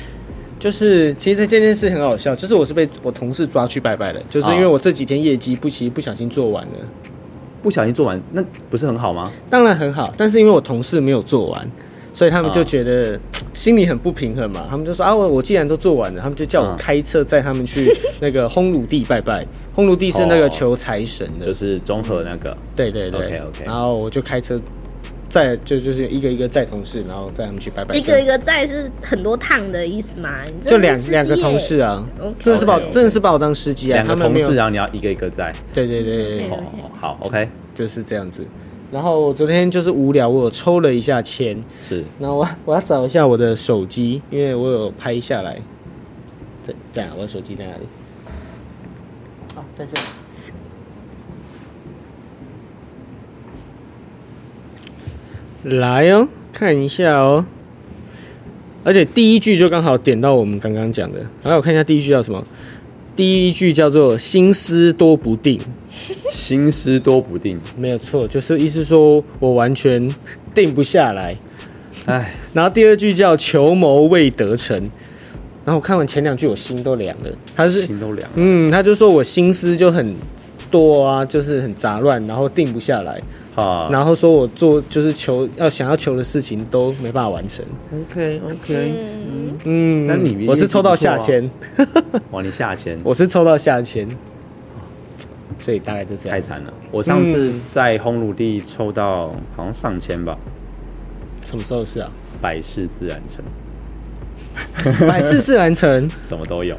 A: 就是其实这件事很好笑，就是我是被我同事抓去拜拜的，就是因为
C: 哦
A: 我这几天业绩不其实不小心做完了。
C: 不小心做完，那不是很好吗？
A: 当然很好，但是因为我同事没有做完，所以他们就
C: 啊
A: 觉得心里很不平衡嘛。他们就说啊，我我既然都做完了，他们就叫我
C: 啊
A: 开车载他们去那个烘炉地拜 拜。烘炉地是那个
C: 哦
A: 求财神的，
C: 就是综合那个，
A: 对对对。
C: 哦 OK，OK
A: 然后我就开车载，就就是一个一个载同事，然后载他们去拜
C: 啊
A: 拜。
B: 一个一个在是很多趟的意思嘛？你
A: 就
B: 真的
A: 两
B: 是司机
A: 两个同事
B: 耶，
A: 啊
B: OK
A: 真的是把我
C: OK
A: 真的是把我当司机啊，
C: 两
A: 他
C: 个
A: 们
C: 同
A: 没有
C: 事，然后你要一个一个在。
A: 对对对对对
B: 嗯
C: 哦，好，OK，
A: 就是这样子。然后我昨天就是无聊，我有抽了一下签，
C: 是
A: 那我我要找一下我的手机，因为我有拍下来。在在哪？我的手机在哪里？啊，在这里。来哦，看一下哦。而且第一句就刚好点到我们刚刚讲的。来，我看一下第一句叫什么？第一句叫做“心思多不定”，
C: 心思多不定，
A: 没有错，就是意思说我完全定不下来。
C: 哎，
A: 然后第二句叫“求谋未得成”，然后我看完前两句，我心都凉了。他是，
C: 心都凉了。
A: 嗯，他就说我心思就很多啊，就是很杂乱，然后定不下来，
C: 啊
A: 然后说我做就是求要想要求的事情都没办法完成。
C: ，OK OK，
B: 嗯，
A: 嗯，
C: 那你
A: 我是抽到下签，
C: 啊哇，你下签
A: 我是抽到下签，所以大概就这
C: 太
A: 样。
C: 惨了。我上次
A: 嗯
C: 在烘炉地抽到好像上千吧，
A: 什么时候是啊？
C: 百事自然成，
A: 百哎事自然成，
C: 什么都有，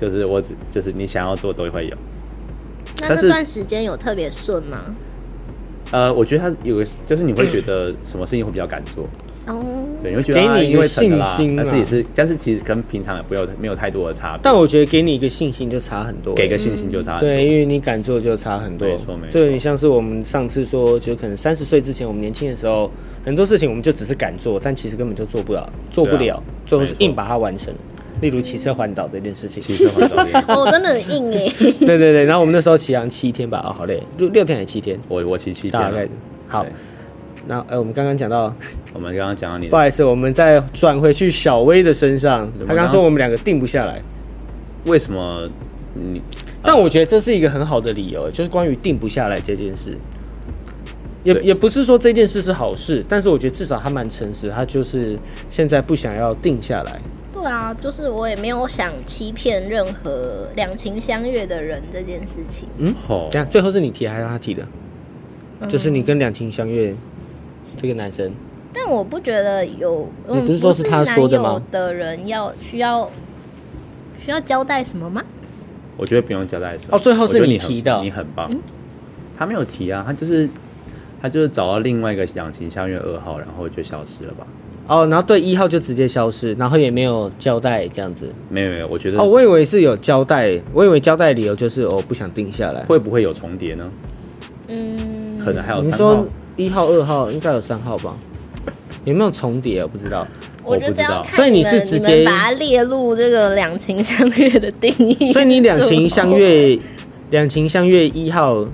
C: 就是我只就是你想要做都会有。但
B: 那这
C: 是
B: 段时间有特别顺吗？
C: 呃，我觉得他有个，就是你会觉得什么事情会比较敢做，
B: 哦，
C: 对，你会觉得
A: 给你
C: 啊
A: 一个
C: 因为成的啦
A: 信心啊
C: 但是也是，但是其实跟平常也不有没有太多的差别，
A: 但我觉得给你一个信心就差很多。
C: 给个信心就差很多。
A: 对，因为你敢做就差很多。
C: 没错没错
A: 这有点像是我们上次说，就可能三十岁之前，我们年轻的时候，很多事情我们就只是敢做，但其实根本就做不了，做不
C: 啊
A: 了，最后是硬把它完成。例如骑车环岛这件事情，
C: 骑车环岛这 件事，
B: 哦，真的很硬哎。
A: 对对对。然后我们那时候骑行七天吧，哦，好累，六六天还是七天，
C: 我我骑七天
A: 大
C: 了
A: 概。好
C: 对。
A: 那呃，我们刚刚讲到
C: 我们刚刚讲到你
A: 不
C: 的，
A: 好意思，我们再转回去小薇的身上
C: 怎。么
A: 她刚
C: 样
A: 说我们两个定不下来，
C: 为什么你
A: 但我觉得这是一个很好的理由，就是关于定不下来这件事。也
C: 对
A: 也不是说这件事是好事，但是我觉得至少她蛮诚实，她就是现在不想要定下来。
C: 哦
B: 对啊，就是我也没有想欺骗任何两情相悦的人这件事情。
C: 哦
A: 这样最后是你提还是她提的？就是你跟两情相悦这个男生，
B: 但我不觉得有，嗯，
A: 不是说是他说的吗
B: 不是男友的人要需要需要交代什么吗？
C: 我觉得不用交代什么。
A: 哦最后是
C: 我觉得
A: 你
C: 你很
A: 提的嗯
C: 你很棒。他没有提啊，他就是他就是找到另外一个两情相悦二号，然后就消失了吧？
A: 哦，然后对一号就直接消失，然后也没有交代这样子。
C: 没有没有，我觉得
A: 哦，我以为是有交代，我以为交代理由就是我、哦、不想定下来。
C: 会不会有重叠呢？
B: 嗯，
C: 可能还有
A: 你
C: 三
A: 说
C: 号，
A: 一号、二号应该有三号吧？有没有重叠？我不知道。
C: 我
B: 觉
C: 不
B: 得
C: 知
B: 要
C: 道
B: 看，
A: 所以你
B: 你
A: 是
B: 们
A: 直
B: 你
A: 接
B: 们把它列入这个两情相悦的定 义。
A: 所以你两情相，悦，两情相悦一号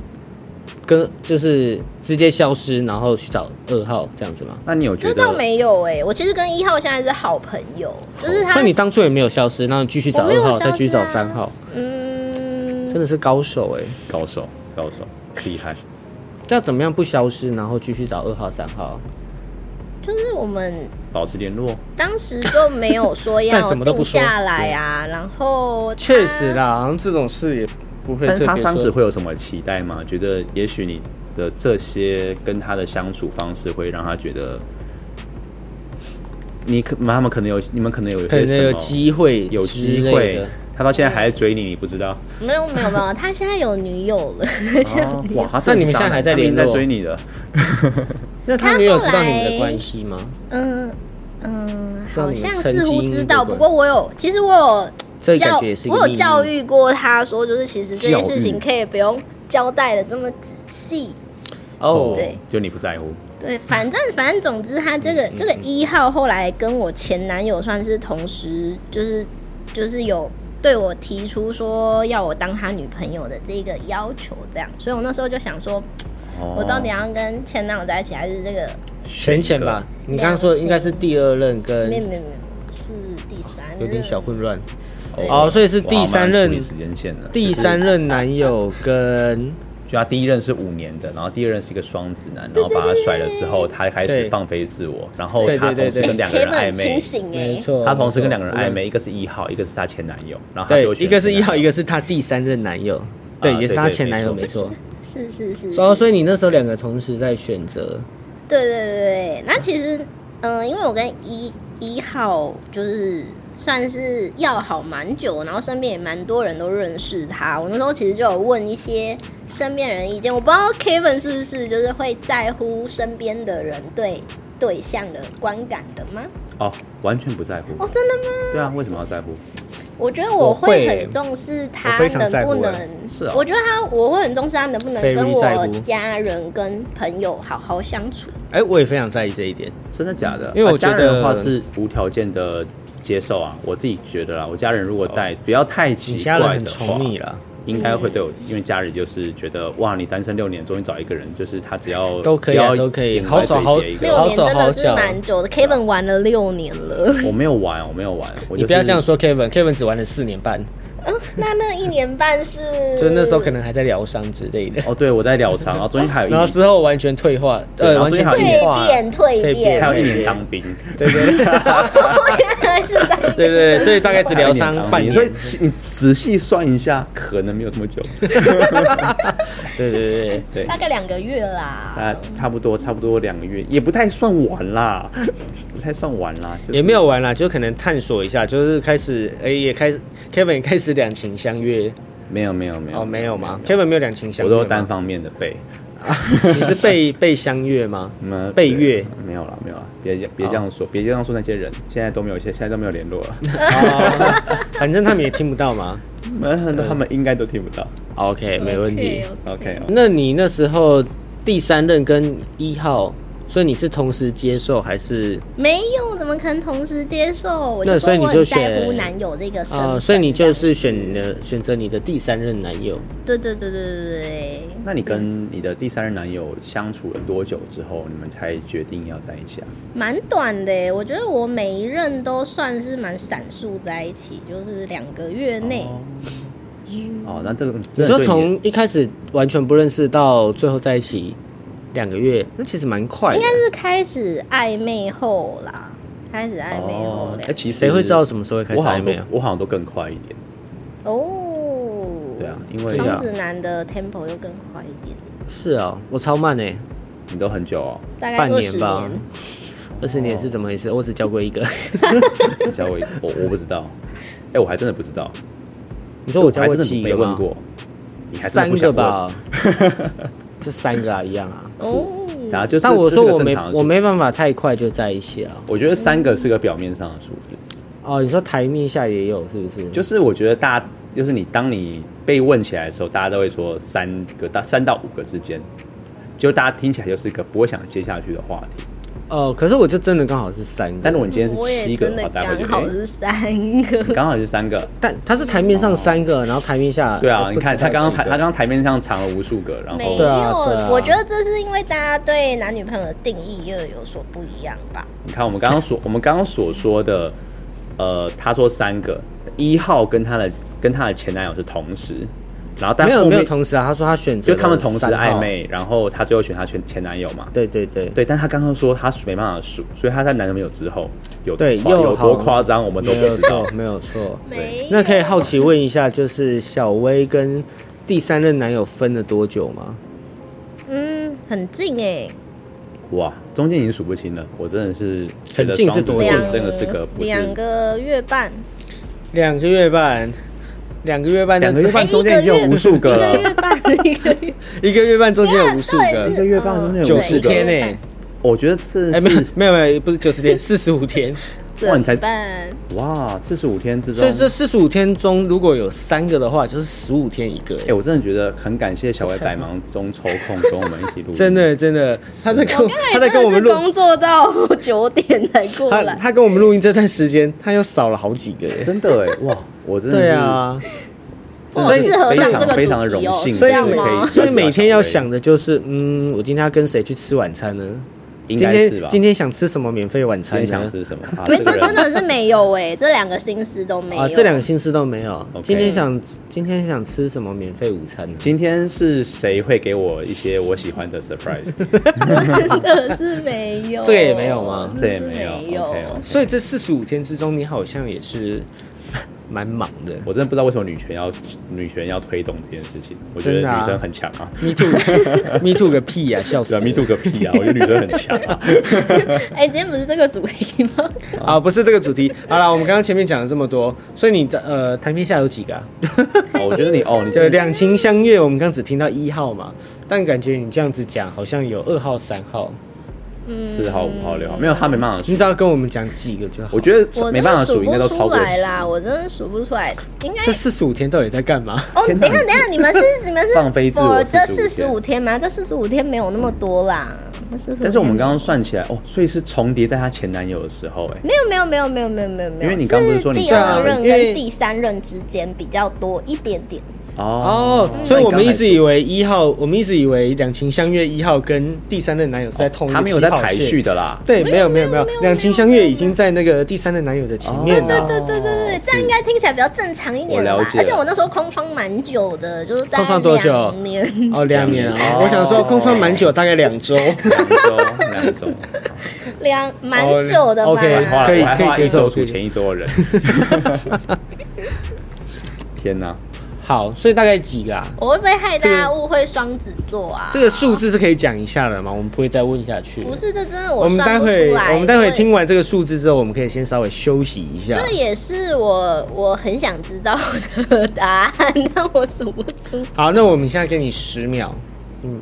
A: 跟就是直接消失，然后去找二号这样子吗？
C: 那你有觉
B: 这
C: 得
B: 倒没有哎、我其实跟一号现在是好朋友，就是他，
A: 所以你当初也没有消失，然后你继续找
B: 我没
A: 二
B: 有
A: 号，
B: 消
A: 再继续
B: 失
A: 找
B: 啊
A: 三号，真
B: 嗯，
A: 的是高手哎、
C: 高手高手厉害？
A: 这要怎么样不消失，然后继续找二号、三号？
B: 就是我们
C: 保持联络，
B: 当时就没有说要
A: 但什么都不
B: 定
A: 说
B: 下来啊，然后
A: 确实啦，好像这种事也不会特
C: 但是
A: 别
C: 他当时
A: 说。
C: 会有什么期待吗？觉得也许你的这些跟他的相处方式会让他觉得，你可他们可能有你们可能有一
A: 可
C: 些
A: 能有
C: 什么
A: 机会，
C: 有机会，，他到现在还在追你，你不知 道？
B: 没有没有没有，他现在有女友 了。
C: 哦哇，他
A: 那
C: 真的是
A: 你们现在还在
C: 渣男他
A: 联
C: 明明
A: 络
C: 在追你的？
A: 那
B: 他
A: 他女友知道
B: 后
A: 你
B: 来
A: 们的关系吗？
B: 嗯嗯，
A: 让
B: 好
A: 你们
B: 像
A: 曾
B: 似乎
A: 经
B: 知
A: 对
B: 道，
A: 不
B: 不
A: 对
B: 过我有，其实我
A: 这
B: 有
A: 感
B: 教
A: 觉也是一个
B: 我
A: 秘
B: 有
A: 密
B: 教育过他说，就是其实这件事
C: 教
B: 情
C: 育
B: 可以不用交代的这么仔细。
A: 哦，
B: 对，
C: 就你不在乎，
B: 对，反正反正总之，他这
A: 嗯
B: 个这个一号后来跟我前男友算是同时，就是就是有对我提出说要我当他女朋友的这个要求，这样，所以我那时候就想说，
C: 哦
B: 我到啊底要跟前男友在一起，还是这个
A: 全前吧？你刚刚说的应该是第二任跟
B: 没有没有没有是第三
A: 哎有点小混乱
B: 对
A: 哦，所以是第
C: 哇
A: 三
C: 慢慢
A: 任
C: 处理时间线了。
A: 第三任男友跟
C: 就他第一任是五年的，然后第二任是一个双子男，然后把他甩了之后，他开
A: 对
C: 始放飞自我，然后
A: 对
C: 他
A: 对对
C: 同时
A: 对
C: 跟两个人
B: Kevin
C: 暧
B: 很清
C: 昧，
B: 醒
A: 没
B: 哎、
A: 错，
C: 他同时跟
A: 没
C: 两
A: 错
C: 个人暧昧，，一个是一号，一个是他前男友，然后他
A: 对
C: 就，
A: 一个是一号，一个
C: 是
A: 是她第三任男友，对，
C: 啊
A: 也是她
C: 对对
A: 前男友，
C: 没
A: 没错。
B: 是是是
A: 哦，所以
B: 你
A: 你那时候两个同时在选择，
B: 对对对对，那其实嗯、呃因为我跟一一号就是算是要好蛮久，然后身边也蛮多人都认识他。我那时候其实就有问一些身边人意见，我不知道 Kevin 是不是就是会在乎身边的人对对象的观感的吗？
C: 哦，完全不在乎。
B: 哦，真的吗？
C: 对啊，为什么要在乎？
B: 我觉得
A: 我
B: 我
A: 会
B: 会
A: 欸
B: 很重视
A: 我
B: 他
A: 非常在
B: 能
A: 乎
B: 不
A: 欸
B: 能，
C: 是啊
B: 我觉得他我会很重视他能不能
A: Very
B: 跟
A: 在乎
B: 我家人跟朋友好好相处。
A: 哎，我也非常在意这一点。
C: 真的假的？
A: 因为我
C: 啊家
A: 觉
C: 人
A: 得
C: 的话是无条件的接受啊，我自己觉得啦，我家人如果带不要太
A: 哦
C: 奇
A: 你家人
C: 怪
A: 很
C: 的
A: 宠
C: 话，
A: 你啦，
C: 应该会对我，因为家人就是觉得哇，你单身六年终于找一个人，就是他只要
A: 都可以啊
C: 不要
A: 都可以
C: 顶
A: 好手
C: 嘴
A: 好
C: 一个
B: 六
A: 好
B: 年
A: 手
B: 真
A: 好
B: 的是
A: 脚
B: 蛮久的，Kevin 玩了六年了。
C: 我没有玩，我没有玩，我、就是、
A: 你不要这样。说，Kevin，Kevin 只玩了四年半，，
B: 那那一年半是
A: 就那时候可能还在疗伤之类的，
C: 哦，对，我在疗伤，然后中间还有一
A: 然后
C: 年，
A: 之后完全退化，
C: 对
A: 呃，
C: 然后
A: 完全
C: 最
A: 进
C: 好
B: 蜕
A: 化，
B: 变蜕
A: 蜕变
B: 变，
C: 还有一年当兵，
A: 对对对
B: 原来是这样。
A: 对对，所以大概只疗
C: 还有一
A: 伤
C: 当
A: 半
C: 兵
A: 年，
C: 所以其你仔细算一下，可能没有这么久，
A: 对对对对。
C: 对
B: 大概两个月啦，
C: 啊，差不多差不多两个月，也不太算完啦，不太算完啦，就是
A: 也没有玩啦，就可能探索一下，就是开始，哎、也开始，Kevin 也开始两情相悦
C: 没有没有没有
A: 哦，没有吗？Kevin 没有两情相
C: 我
A: 悦吗，
C: 都单方面的背，
A: 你是被被相悦 吗？
C: 嗯，
A: 被约
C: 对没有了，没有了，别别这样说，别这样说那些人，现在都没有，现现在都没有联络 了，
A: 哦，反正他们也听不到嘛。
C: 嗯他们应该都听不到。
A: 哎
C: 哦
A: OK，没问题。
B: OK，OK。
C: OK，
A: 那你那时候第三任跟一号所以你是同时接受还是
B: 没有，怎么可能同时接受？我就
A: 那所
B: 说
A: 以你
B: 我
A: 就
B: 很在
A: 选
B: 乎男友这个身份、
A: 啊、所以你就是选你的选择你的第三任男友，
B: 对对对对对对，
C: 那你跟你的第三任男友相处了多久之后，你们才决定要在一起啊？
B: 蛮短的耶。我觉得我每一任都算是蛮闪烁在一起，就是两个月内。
C: 哦哦，那这个
A: 你
C: 真的
A: 说
C: 哦对
A: 从一开始完全不认识到最后在一起两个月，那其实蛮快的
B: 应该。是开始暧昧后啦，开始暧昧后
C: 哦，哎、
B: 两
C: 其实
A: 谁会知道什么时候会开始
C: 我好
A: 暧
C: 像都
A: 昧啊？
C: 我好像都更快一点，
B: 哦，
C: 对啊，，因为
A: 对啊
B: 双子男的 tempo 又更快一点，
A: 是哦，我超慢哎、
C: 你都很久哦，
B: 大概
A: 半
B: 二十
A: 年吧
B: 年。。
A: 二十年是怎么回事？我只教过一 个。
C: 教我一个我我不知道，哎、我还真的不知道，
A: 你说我
C: 我
A: 教
C: 还
A: 过
C: 真
A: 几
C: 的没
A: 个
C: 问
A: 吗？
C: 过，你还真的
A: 三
C: 不
A: 个
C: 想问？
A: 吧， 这三个啊一样啊。
C: 然
B: 哦，
C: 后就是，
A: 但我
C: 这
A: 说
C: 是个
A: 我
C: 正
A: 没
C: 常的数
A: 我没办法太快就在一起了。
C: 我觉得三个是个表面上的数字，
A: 哦，你说台面下也有是不是？
C: 就是我觉得大家，就是你当你被问起来的时候，大家都会说三个到三到五个之间，就大家听起来就是一个不会想接下去的话题。
A: 哦，可是我就真的刚好是三个。
C: 但如果你今天是
B: 我也
C: 七个
B: 真
C: 的
B: 的
C: 话，大家会觉
B: 刚
C: 得
B: 好
C: 哎
B: 是三 个，
C: 刚好是三个。
A: 但他是台面上三个，然后台面下
C: 哦对啊，
A: 呃
C: 你看
A: 不知道
C: 他刚刚
A: 几
C: 台他
A: 个
C: 刚刚台面上藏了无数个，然
B: 没
C: 后
A: 对
B: 有
A: 啊对啊，
B: 我觉得这是因为大家对男女朋友的定义又有所不一样吧。
C: 你看我们刚刚所我们刚刚所说的，呃，他说三个一号跟他的跟他的前男友是同时，然后但
A: 没有
C: 后
A: 没有
C: 面
A: 同时啊，他说他选择
C: 就
A: 了
C: 他们同时
A: 三号
C: 暧。昧，然后他最后选他前前男友嘛。
A: 对对对，
C: 对，但他刚刚说他没办法数，所以他在男朋友之后有
A: 对
C: 夸
A: 又
C: 有
A: 好
C: 多夸张，我们都
A: 没
C: 不
A: 有
C: 知道
A: 错。没有错。
B: 没有
A: 那可以好奇问一下，就是小薇跟第三任男友分了多久吗？
B: 嗯，很近哎、
C: 哇，中间已经数不清了，我真的是觉
A: 很
C: 得
A: 近
C: 双
A: 是
C: 子
A: 多
C: 座
A: 近
B: 两
C: 真的是个不是
B: 两个月半，
A: 两个月半，两个月半，
C: 两个月半
B: 哎
C: 中间已经有无数个
B: 一个
C: 了，
B: 月半，一个月，
A: 一个月半中间有无数
B: 对
A: 个
C: 一，个月半中间有
A: 九
C: 无
A: 十
C: 数
A: 天
C: 个
A: 呢、。
B: 对
C: 我觉得这
A: 哎、没有
C: 是
A: 没有没有，不是九十天，四十五天。
C: 哇你才
B: 怎么办？
C: 哇，四十五天之中
A: 所以，这四十五天中，如果有三个的话，就是十五天一个、
C: 哎、
A: 哎、
C: 我真的觉得很感谢小白百忙中抽空跟我们一起录，
A: 真的真的，他在跟
B: 我
A: 我
B: 刚才
A: 他在跟我们
B: 真
A: 录
B: 的是，工作到九点才过
A: 他
B: 来，
A: 他跟我们录音这段时间，他又少了好几个、哎
C: 真的哎、哇，我真的
A: 对
C: 是，
A: 啊，
C: 真
B: 哦
C: 的
B: 适合
C: 非
B: 上这个
C: 常非
B: 主
C: 常的
B: 题
C: 荣
B: 哦
C: 幸，
B: 是
A: 所
B: 这
A: 以
B: 样
C: 就是可
B: 吗
C: 以，
A: 所以每天要想，的就是，嗯，我今天要跟谁去吃晚餐呢？
C: 应
A: 今
C: 该是吧
A: 天？今天想吃什么免费晚
C: 今
A: 餐
C: 天想
A: 呢？
C: 吃什么？啊，
B: 对，
C: 这个
B: 这真
C: 人
B: 的是没有哎、这两个心思都没有。
A: 啊，这两个心思都没有。
C: OK
A: 今天想今天想吃什么免费午餐呢？
C: 今天是谁会给我一些我喜欢的 surprise？
B: 真的是没有，
A: 这个也没有吗
C: 这也
B: 真的
C: 没有。
B: 是没有。
C: OK，哦
A: 所以这四十五天之中，你好像也是蛮忙的。
C: 我真的不知道为什么女权要女权要推动这件事情。我觉得
A: 真的啊
C: 女生很强啊，
A: Me too，Me too 个屁 呀、笑死
C: 对
A: 了
C: 啊，me too 个屁啊！我觉得女生很强啊。
B: 哎、今天不是这个主题吗？
A: 啊，不是这个主题。好了，我们刚刚前面讲了这么多，所以你的呃台面下有几个、啊？
C: 哦我觉得你哦，你
A: 对，
C: 真的
A: 两情相悦，我们刚只听到一号嘛，但感觉你这样子讲，好像有二号、三号，
C: 四号、五号、六号，没有他没办法
A: 你
C: 数
A: 只。要跟我们讲几个就好。
C: 我觉
B: 我
C: 得没办法
B: 真的
C: 数，应该都
B: 不
C: 超
B: 出
C: 过
B: 来
C: 十。
B: 啦，我真的数不出来，应该
A: 这四十五天到底在干嘛？
B: 哦，等一下，等一下，你们 是你们是
C: 放飞自我
B: 哦这
C: 45
B: 四十五天吗？这四十五天没有那么多啦，这45天
C: 但是我们刚刚算起来哦，所以是重叠在她前男友的时候，哎，
B: 没有没有没有没有没有没有没有，
C: 因为你刚不是说你
B: 第二
A: 对啊
B: 任
A: 因为
B: 跟第三任之间比较多一点点，
A: 哦
C: 哦，，
A: 所以我
C: 那
A: 们
C: 你刚才
A: 一直以为一号，我们一直以为两情相悦一号跟第三任男友是在同一个
C: 哦他没有在
A: 起跑
C: 排
A: 线
C: 序。的啦。
A: 对，没有没有没有
B: 没有，
A: 两情相悦已经在那个第三任男友的前面
B: 对
A: 了。
B: 对对对对，这样应该听起来比较正常一点
C: 我
B: 吧
C: 了。解
B: 而且我那时候空窗蛮久的，就是大
A: 空
B: 概
A: 窗多久
B: 两年，
A: 哦，两年啊！
C: 哦
A: 我想说空窗蛮久，大概两周。
C: 两周，两周，
B: 两蛮久的
A: 哦
B: 嘛。
A: ，OK，
C: 花
A: 好可以
C: 了我还花
A: 可以接
C: 一
A: 受
C: 周
A: 可
C: 数
A: 以
C: 前一周 的人。天哪！
A: 好，所以大概几个啊？
B: 我会不会害大
A: 这
B: 家
A: 个
B: 误会双子座啊？
A: 这个数字是可以讲一下的嘛？我们不会再问下去。
B: 不，是，这真的
A: 我们待
B: 算不
A: 会
B: 出来。
A: 我们待会
B: 因为
A: 听完这个数字之后，我们可以先稍微休息一下
B: 这。也是我我很想知道的答案，但我数不出。
A: 好，那我们现在给你十秒。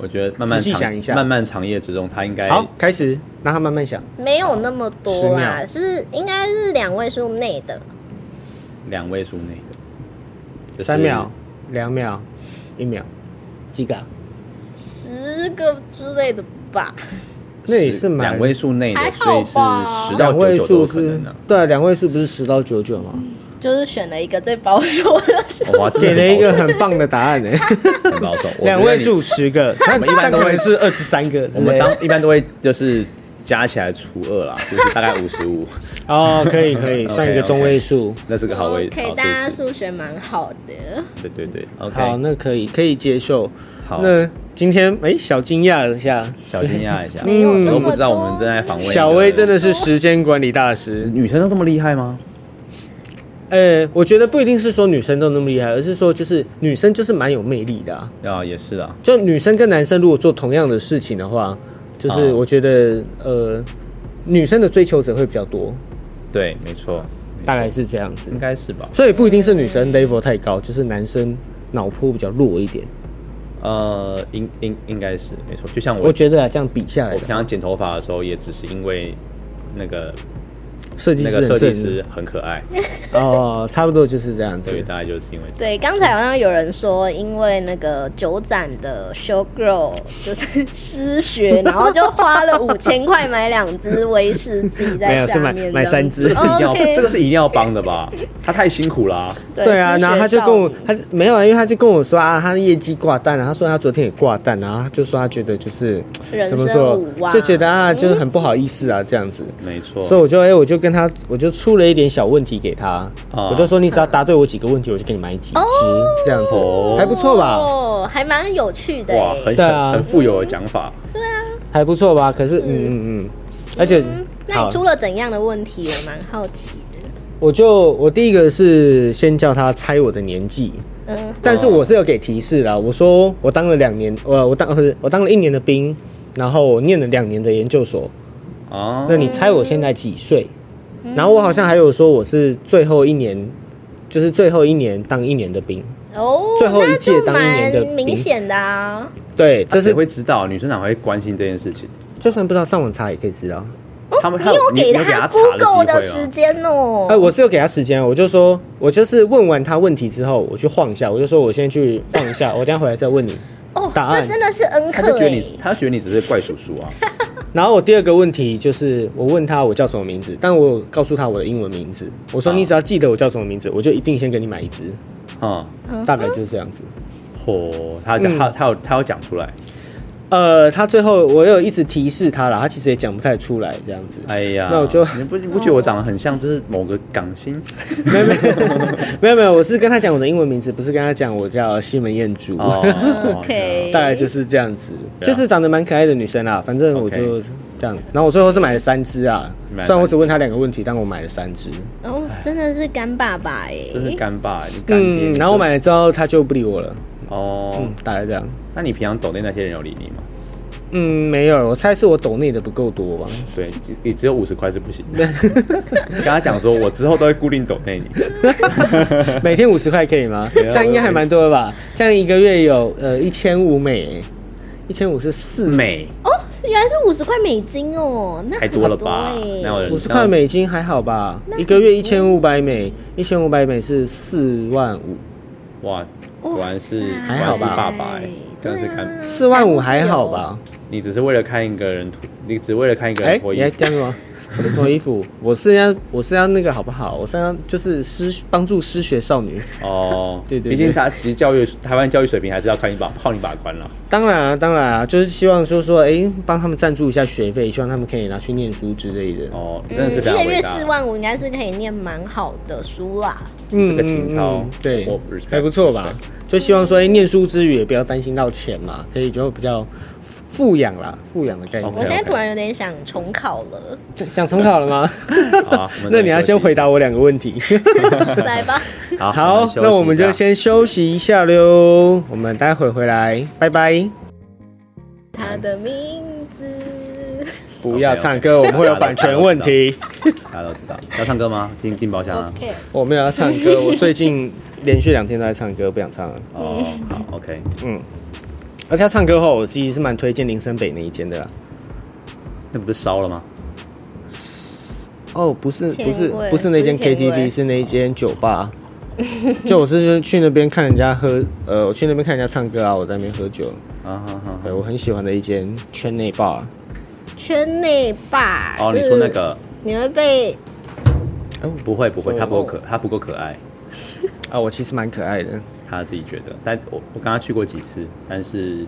C: 我觉得慢慢
A: 仔细
C: 长
A: 想一下
C: 漫漫长夜之中，他应该
A: 好，开始，让他慢慢想。
B: 没有那么多啦，
A: 10
B: 是应该是两位数内的。
C: 两位数内的。就是
A: 三秒，、两秒、一秒，几个啊？
B: 十个之类的吧，
A: 那也是蛮
C: 两位数内的
B: 还，好
C: 所以是
B: 吧
C: 十到
A: 两
C: 九
A: 位
C: 九都有
A: 数
C: 可
A: 是
C: 能的。
A: 对啊，两位数不是十到九九吗？
B: 就是选了一个最保守的数。
C: 哇，真 的
A: 给了
C: 很
A: 一个
C: 保守
A: 很棒的答案欸诶，
C: 很保守，我觉得
A: 两位
C: 你
A: 数十 个，但
C: 们一般
A: 但
C: 都
A: 可
C: 会
A: 能是二十三个之类的。
C: 我们当一般都会就是加起来除 二啦，就是大概五十五，
A: 哦，可以 可以，
C: OK，
A: 算一个中位数。
C: 那是个好位
B: OK，
C: 好
B: 大家
C: 数字。
B: 数学蛮好的，
C: 对对对
A: 好，
C: ，OK，
A: 那可以可以接受。
C: 好，
A: 那今天哎，小惊讶了一下，
C: 小惊讶 一下，
B: 没有这么多
C: 都不知道我们正在访问一个
A: 小薇真的是时间管理大师。
C: 女生都这么厉害吗？
A: 呃，我觉得不一定是说女生都那么厉害，而是说就是女生就是蛮有魅力的、啊。
C: 啊，也是啦，
A: 就女生跟男生如果做同样的事情的话，就是
C: 哦
A: 我觉得、呃，女生的追求者会比较多，
C: 对，没错，没
A: 大概是这样子
C: 应。该是吧。
A: 所以不一定是女生 level 太高，就是男生脑波比较弱一点。
C: 呃，应应应该是没错，就像我
A: 我觉得啊，这样比下来
C: 我
A: 的
C: 平常剪头发的时候，也只是因为那个
A: 设计
C: 那
A: 师
C: 个
A: 很
C: 设计
A: 正
C: 师很可爱，
A: 哦，差不多就是这样子
C: 所以。大概就是因为这样。
B: 对，刚才好像有人说，因为那个九展的 show girl 就是失学，然后就花了五千块买两只威士忌
A: 没
B: 在
A: 有是
B: 下
A: 买
B: 面，
A: 买三只
C: 这个是一定要
B: 哦 OK
C: 这个是一定要帮的吧？他太辛苦啦、
B: 对
A: 对啊，然后他就跟我，
B: 失学少女
A: 他没有啊，因为他就跟我说啊，他业绩挂蛋了，他说他昨天也挂蛋，然后他就说他觉得就是
B: 人
A: 怎么
B: 生
A: 说
B: 无望，
A: 就觉得啊，就是很不好意思啊，这样子。
C: 没错。
A: 所以我就哎、我就跟他，我就出了一点小问题给他，
C: 啊
A: 我就说你只要答对我几个问题，我就给你买几只，这样子
C: 哦
A: 还不错吧，
B: 哦，还蛮有趣的
C: 哇，
B: 欸
C: 很
A: 对啊
C: 很富有的讲法。
A: 还不错吧？可是嗯嗯嗯，而且
B: 嗯那
A: 好
B: 你出了怎样的问题？我蛮好奇的。
A: 我就我第一个是先叫他猜我的年纪，
B: 嗯，
A: 但是我是有给提示啦，我说我当了两年，呃我我当不是我当了一年的兵，然后我念了两年的研究所。
C: 啊
A: 那，你猜我现在几岁？然后我好像还有说我是最后一年，就是最后一年当一年的兵。
B: 哦，
A: 最后一届当一
B: 那
A: 年的
B: 就
A: 兵
B: 蛮明显的啊。
A: 对，这
C: 这
A: 是
C: 谁会知道？女生哪会关心这件事情？
A: 就算不知道上网查也可以知道。
C: 他们
B: 哦你
C: 他有
B: 有
C: 你
B: 给
C: 你有给
B: 他
C: 他查的机
B: Google 的
C: 会啊哦
B: 时
C: 吗？
B: 间哦。
A: 哎、我是有给他时间啊，我就说，我就是问完他问题之后，我去晃一下，我就说我先去晃一下，我等一下回来再问你。
B: 哦，
A: 答案
B: 这真的是恩
C: 他就
B: 客
C: 觉得你
B: 哎，
C: 他觉得你只是怪叔叔 啊。
A: 然后我第二个问题就是，我问他我叫什么名字，但我有告诉他我的英文名字，我说
C: 啊
A: 你只要记得我叫什么名字，我就一定先给你买一只，
C: 嗯，
A: 大概就是这样子。
C: 嚯，他
A: 嗯
C: 讲他他有他有讲出来。
A: 呃，他最后我有一直提示他了，他其实也讲不太出来这样 子。
C: 哎呀，
A: 那我就
C: 你不你不觉得我长得很像就是某个港星？
A: 没有没有没有没有，我是跟他讲我的英文名字，不是跟他讲我叫西门彦祖。
C: 哦
B: OK
A: 大概就是这样子，
C: 对啊
A: 就是长得蛮可爱的女生啦。反正我
C: OK
A: 就这样。然后我最后是买了三只啊，
C: 买了
A: 虽然我只问他两个问题，但我买了三只。
B: 哦，真的是干爸爸哎，
C: 这是干爸，你干爹。
A: 嗯，
C: 你
A: 然后我
C: 这
A: 买了之后他就不理我了。
C: 哦
A: 嗯，，大概这样。
C: 那你平常抖内那些人有理你吗？
A: 嗯，没有，我猜是我抖内的不够多吧。
C: 对，只你只有五十块是不行的。跟他讲说，我之后都会固定抖内你。
A: 每天五十块可以吗？这样应该还蛮多的吧？这样一个月有呃一千五美，一千五是四美，
C: 美
B: 哦，原来是五十块美金哦，那
C: 太多了吧
B: 很多欸
C: 那我
A: 五十块美金还好吧？一个月一千五百美，一千五百美是四万五，
C: 哇，果然是
B: 哇塞
A: 还好吧
C: 果然是爸爸哎，真的是
B: 对啊
C: 干。
A: 四万五还好吧？
C: 你只是为了看一个人脱，你只为了看一个
A: 哎、
C: 人脱
A: 你
C: 衣
A: 还
C: 服
A: 讲什么？什么脱衣服？我是要，我是要那个好不好？我是要就是失帮助失学少女。
C: 哦。
A: 对对
C: 毕
A: 对
C: 竟他其实教育台湾教育水平还是要看你把靠你把关了。
A: 当然啊，当然啊，就是希望说说，哎、帮他们赞助一下学费，希望他们可以拿去念书之类的。
C: 哦，你
B: 嗯
C: 真的是
B: 一
C: 非常
B: 个月
C: 伟大
B: 四。万五，应该是可以念蛮好的书啦。
A: 嗯
C: 这个情操
A: 嗯嗯对
C: 我 respect，
A: 还不错吧？就希望说，哎、念书之余也不要担心到钱嘛，可以就比较富富养啦，富养的概念。
B: 我
C: OK
B: 现在突然有点想重考了，
A: 这想重考了吗？
C: 好啊，我们
A: 那你要先回答我两个问题。
C: 啊
B: 来 吧，
C: 好，
A: 好，
C: 休息一下
A: 那我们就先休息一下喽，我们待会回来，拜拜。
B: 他的名字。
A: 不要唱歌，我们会有版权问题。
C: 大家都知道要唱歌吗？订订包厢啊。
B: OK，
A: 我没有要唱歌，我最近连续两天都在唱歌，不想唱了。
C: 哦，好，OK，
A: 而且他唱歌后，我其实是蛮推荐林森北那一间的啦。
C: 那不是烧了吗？
A: 哦，不是，
B: 前
A: 不是
B: 卫，
A: 不是那间
B: 不是前卫
A: KTV，是那一间酒吧。就我是去那边看人家喝，呃，我去那边看人家唱歌啊，我在那边喝酒。
C: 啊，好好好
A: 对，我很喜欢的一间圈内 bar。
B: 圈内吧。
C: 哦，
B: 就
C: 你
B: 是
C: 说那个
B: 你会被
C: 不会不会，
A: 说
C: 他不够可他不够可爱，
A: 哦啊，我其实蛮可爱的。
C: 他自己觉得。但我我跟他去过几次，但是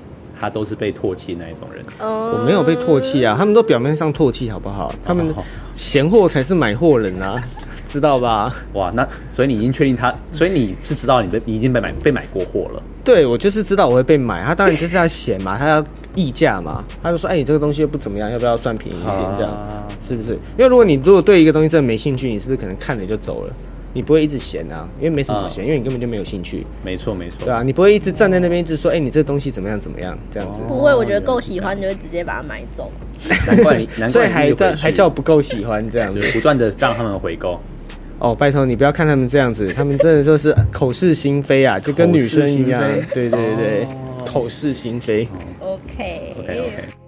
C: 他都是被唾弃那一种人。
B: 呃
A: 我没有被唾弃啊，他们都表面上唾弃，好不好？他们
C: 哦
A: 闲货才是买货人啊，知道吧？
C: 哇，那所以你已经确定他，所以你是知道你的你已经被买被买过货了。
A: 对，我就是知道我会被买，他当然就是要嫌嘛，他要议价嘛，他就说，哎、你这个东西又不怎么样，要不要算便宜一点这样？
C: 啊
A: 是不是？因为如果你如果对一个东西真的没兴趣，你是不是可能看了就走了？你不会一直嫌啊，因为没什么好嫌，因为你根本就没有兴趣，
C: 没错没错
A: 对，啊，你不会一直站在那边一直说，哎、你这东西怎么样怎么样这样子，
C: 哦
B: 不会，我觉得够喜欢，你就会直接把它买走。
C: 难怪你难
A: 所以
C: 怪你
A: 还
C: 一直回
A: 在
C: 去
A: 还叫不够喜欢这样子
C: 就。是不断的让他们回购，
A: 哦，拜托你不要看他们这样子，他们真的就是口是心非啊，就跟女生一样
C: 口是心。非哦
A: 对对对，口是心非。
B: OK，
C: OK OK，